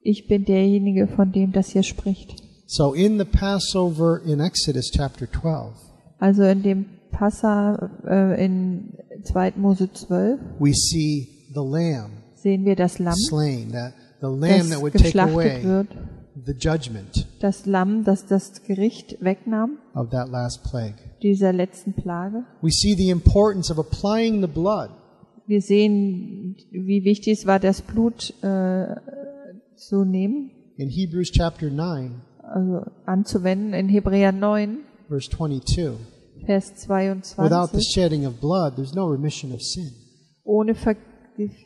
S2: Ich bin derjenige, von dem das hier spricht.
S1: So in the Passover in Exodus chapter 12,
S2: Also in dem Passa äh, in 2. Mose 12
S1: we see the lamb
S2: sehen wir das Lamm,
S1: slain, that the lamb
S2: das
S1: that would take
S2: geschlachtet
S1: away
S2: wird.
S1: the judgment
S2: Das Lamm, das das Gericht wegnahm,
S1: of that last plague.
S2: dieser letzten Plage.
S1: We see the importance of applying the blood
S2: Wir sehen, wie wichtig es war, das Blut äh, zu nehmen,
S1: in Hebrews chapter 9,
S2: also anzuwenden in Hebräer 9,
S1: verse 22.
S2: Vers
S1: Without the
S2: 22.
S1: shedding of blood, there's no remission of sin.
S2: Ohne Ver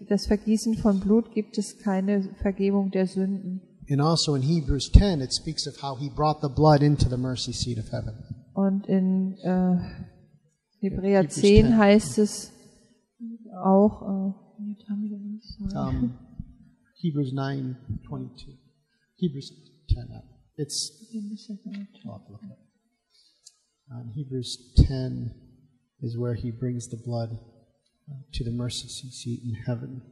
S2: das Vergießen von Blut gibt es keine Vergebung der Sünden.
S1: And also in Hebrews 10, it speaks of how he brought the blood into the mercy seat of heaven.
S2: Und in äh, Hebräer
S1: Hebräisch
S2: 10
S1: 10.
S2: heißt es auch, äh, jetzt haben wir den nicht, sorry.
S1: Um, Hebrews 9, 22. Hebrews 10. uh, It's,
S2: Den ist jetzt nicht.
S1: I'll have to look it up. Um, Hebrews 10 is where he brings the blood uh, to the mercy seat in heaven.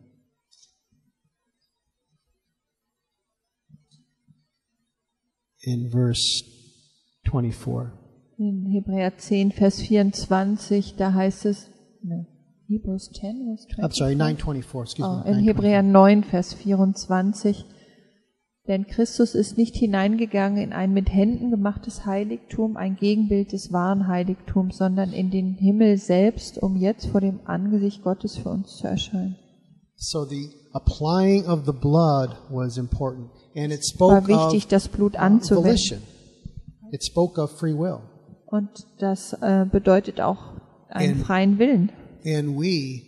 S1: In verse 24.
S2: in Hebräer 10, Vers 24, da heißt es, ne, Hebräer 10, was
S1: I'm sorry, 924, excuse
S2: Oh,
S1: me.
S2: in
S1: 9:24.
S2: Hebräer 9, Vers 24. Denn Christus ist nicht hineingegangen in ein mit Händen gemachtes Heiligtum, ein Gegenbild des wahren Heiligtums, sondern in den Himmel selbst, um jetzt vor dem Angesicht Gottes für uns zu erscheinen.
S1: So the applying of the blood was important. And it
S2: War
S1: spoke
S2: wichtig,
S1: of
S2: das Blut anzuwenden.
S1: volition. It spoke of free will.
S2: Und das äh, bedeutet auch einen
S1: In-
S2: freien Willen.
S1: And we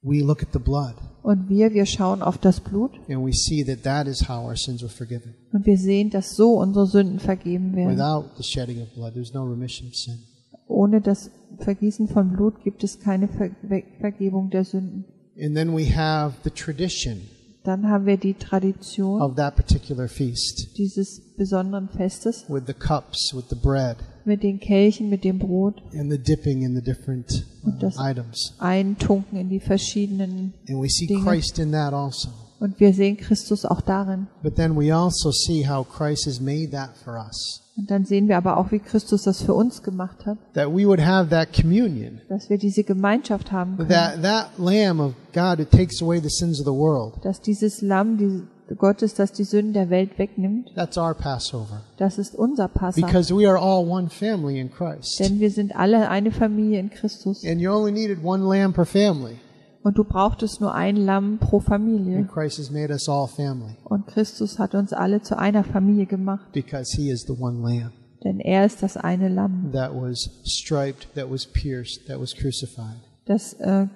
S1: we look at the blood
S2: Und wir, wir schauen auf das Blut
S1: and we see that that is how our sins were forgiven.
S2: und wir sehen, dass so unsere Sünden vergeben werden.
S1: Without the shedding of blood, there's no remission of sin.
S2: Ohne das Vergießen von Blut gibt es keine Ver Ver Vergebung der Sünden.
S1: And then we have the tradition
S2: Dann haben wir die Tradition
S1: of that particular feast
S2: dieses besonderen Festes
S1: with the cups, with the bread,
S2: mit den Kelchen, mit dem Brot,
S1: and the dipping in the different uh,
S2: Und das-
S1: items.
S2: Eintunken in die verschiedenen.
S1: And we see
S2: Dinge.
S1: Christ in that also.
S2: Und wir sehen Christus auch darin.
S1: But then we also see how Christ has made that for us.
S2: Und dann sehen wir aber auch, wie Christus das für uns gemacht hat,
S1: That we would have that communion.
S2: dass wir diese Gemeinschaft haben können,
S1: That that Lamb of God who takes away the sins of the world.
S2: dass dieses Lamm die Gottes, das die Sünden der Welt wegnimmt,
S1: That's our Passover.
S2: das ist unser Passa.
S1: Because we are all one family in Christ.
S2: Denn wir sind alle eine Familie in Christus.
S1: And you only needed one lamb per family.
S2: Und du brauchtest nur ein Lamm pro
S1: And
S2: Familie.
S1: Christ has made us all family
S2: Und Christus hat uns alle zu einer Familie gemacht.
S1: because he is the one lamb
S2: Denn er ist das eine Lamm.
S1: that was striped, that was pierced, that was crucified,
S2: das äh, äh,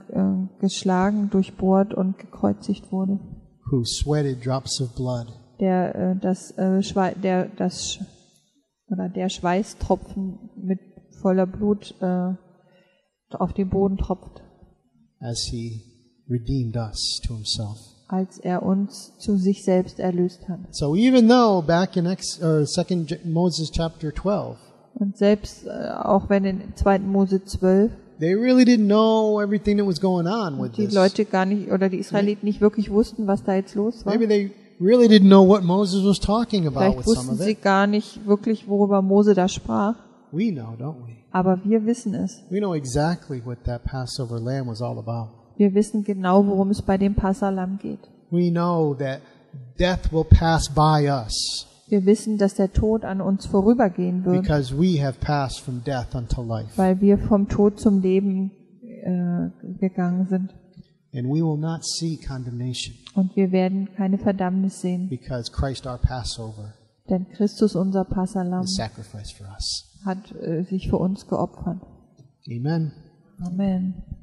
S2: geschlagen, durchbohrt und gekreuzigt wurde,
S1: who sweated drops of blood
S2: der äh, das äh, Schwei der das Sch oder der Schweißtropfen mit voller Blut äh, auf den Boden tropft,
S1: as he redeemed us to himself.
S2: als er uns zu sich selbst erlöst hat.
S1: So even though back in Ex, or Second J- Moses chapter 12,
S2: Und selbst äh, auch wenn in 2. Mose 12
S1: they really didn't know everything that was going on with
S2: die
S1: this.
S2: Leute gar nicht oder die Israeliten nicht wirklich wussten, was da jetzt los war.
S1: Maybe they really didn't know what Moses was talking about
S2: Vielleicht
S1: with some
S2: wussten
S1: of
S2: sie
S1: it.
S2: gar nicht wirklich, worüber Mose da sprach,
S1: We know, don't we?
S2: aber wir wissen es.
S1: We know exactly what that Passover lamb was all about.
S2: Wir wissen genau, worum es bei dem Passalam geht.
S1: We know that death will pass by us
S2: Wir wissen, dass der Tod an uns vorübergehen wird,
S1: because we have passed from death unto life.
S2: weil wir vom Tod zum Leben äh, gegangen sind.
S1: and we will not see condemnation
S2: Und wir werden keine Verdammnis sehen,
S1: because Christ, our Passover,
S2: denn Christus, unser Passalam,
S1: is sacrificed for us.
S2: hat äh, sich für uns geopfert.
S1: Amen.
S2: Amen.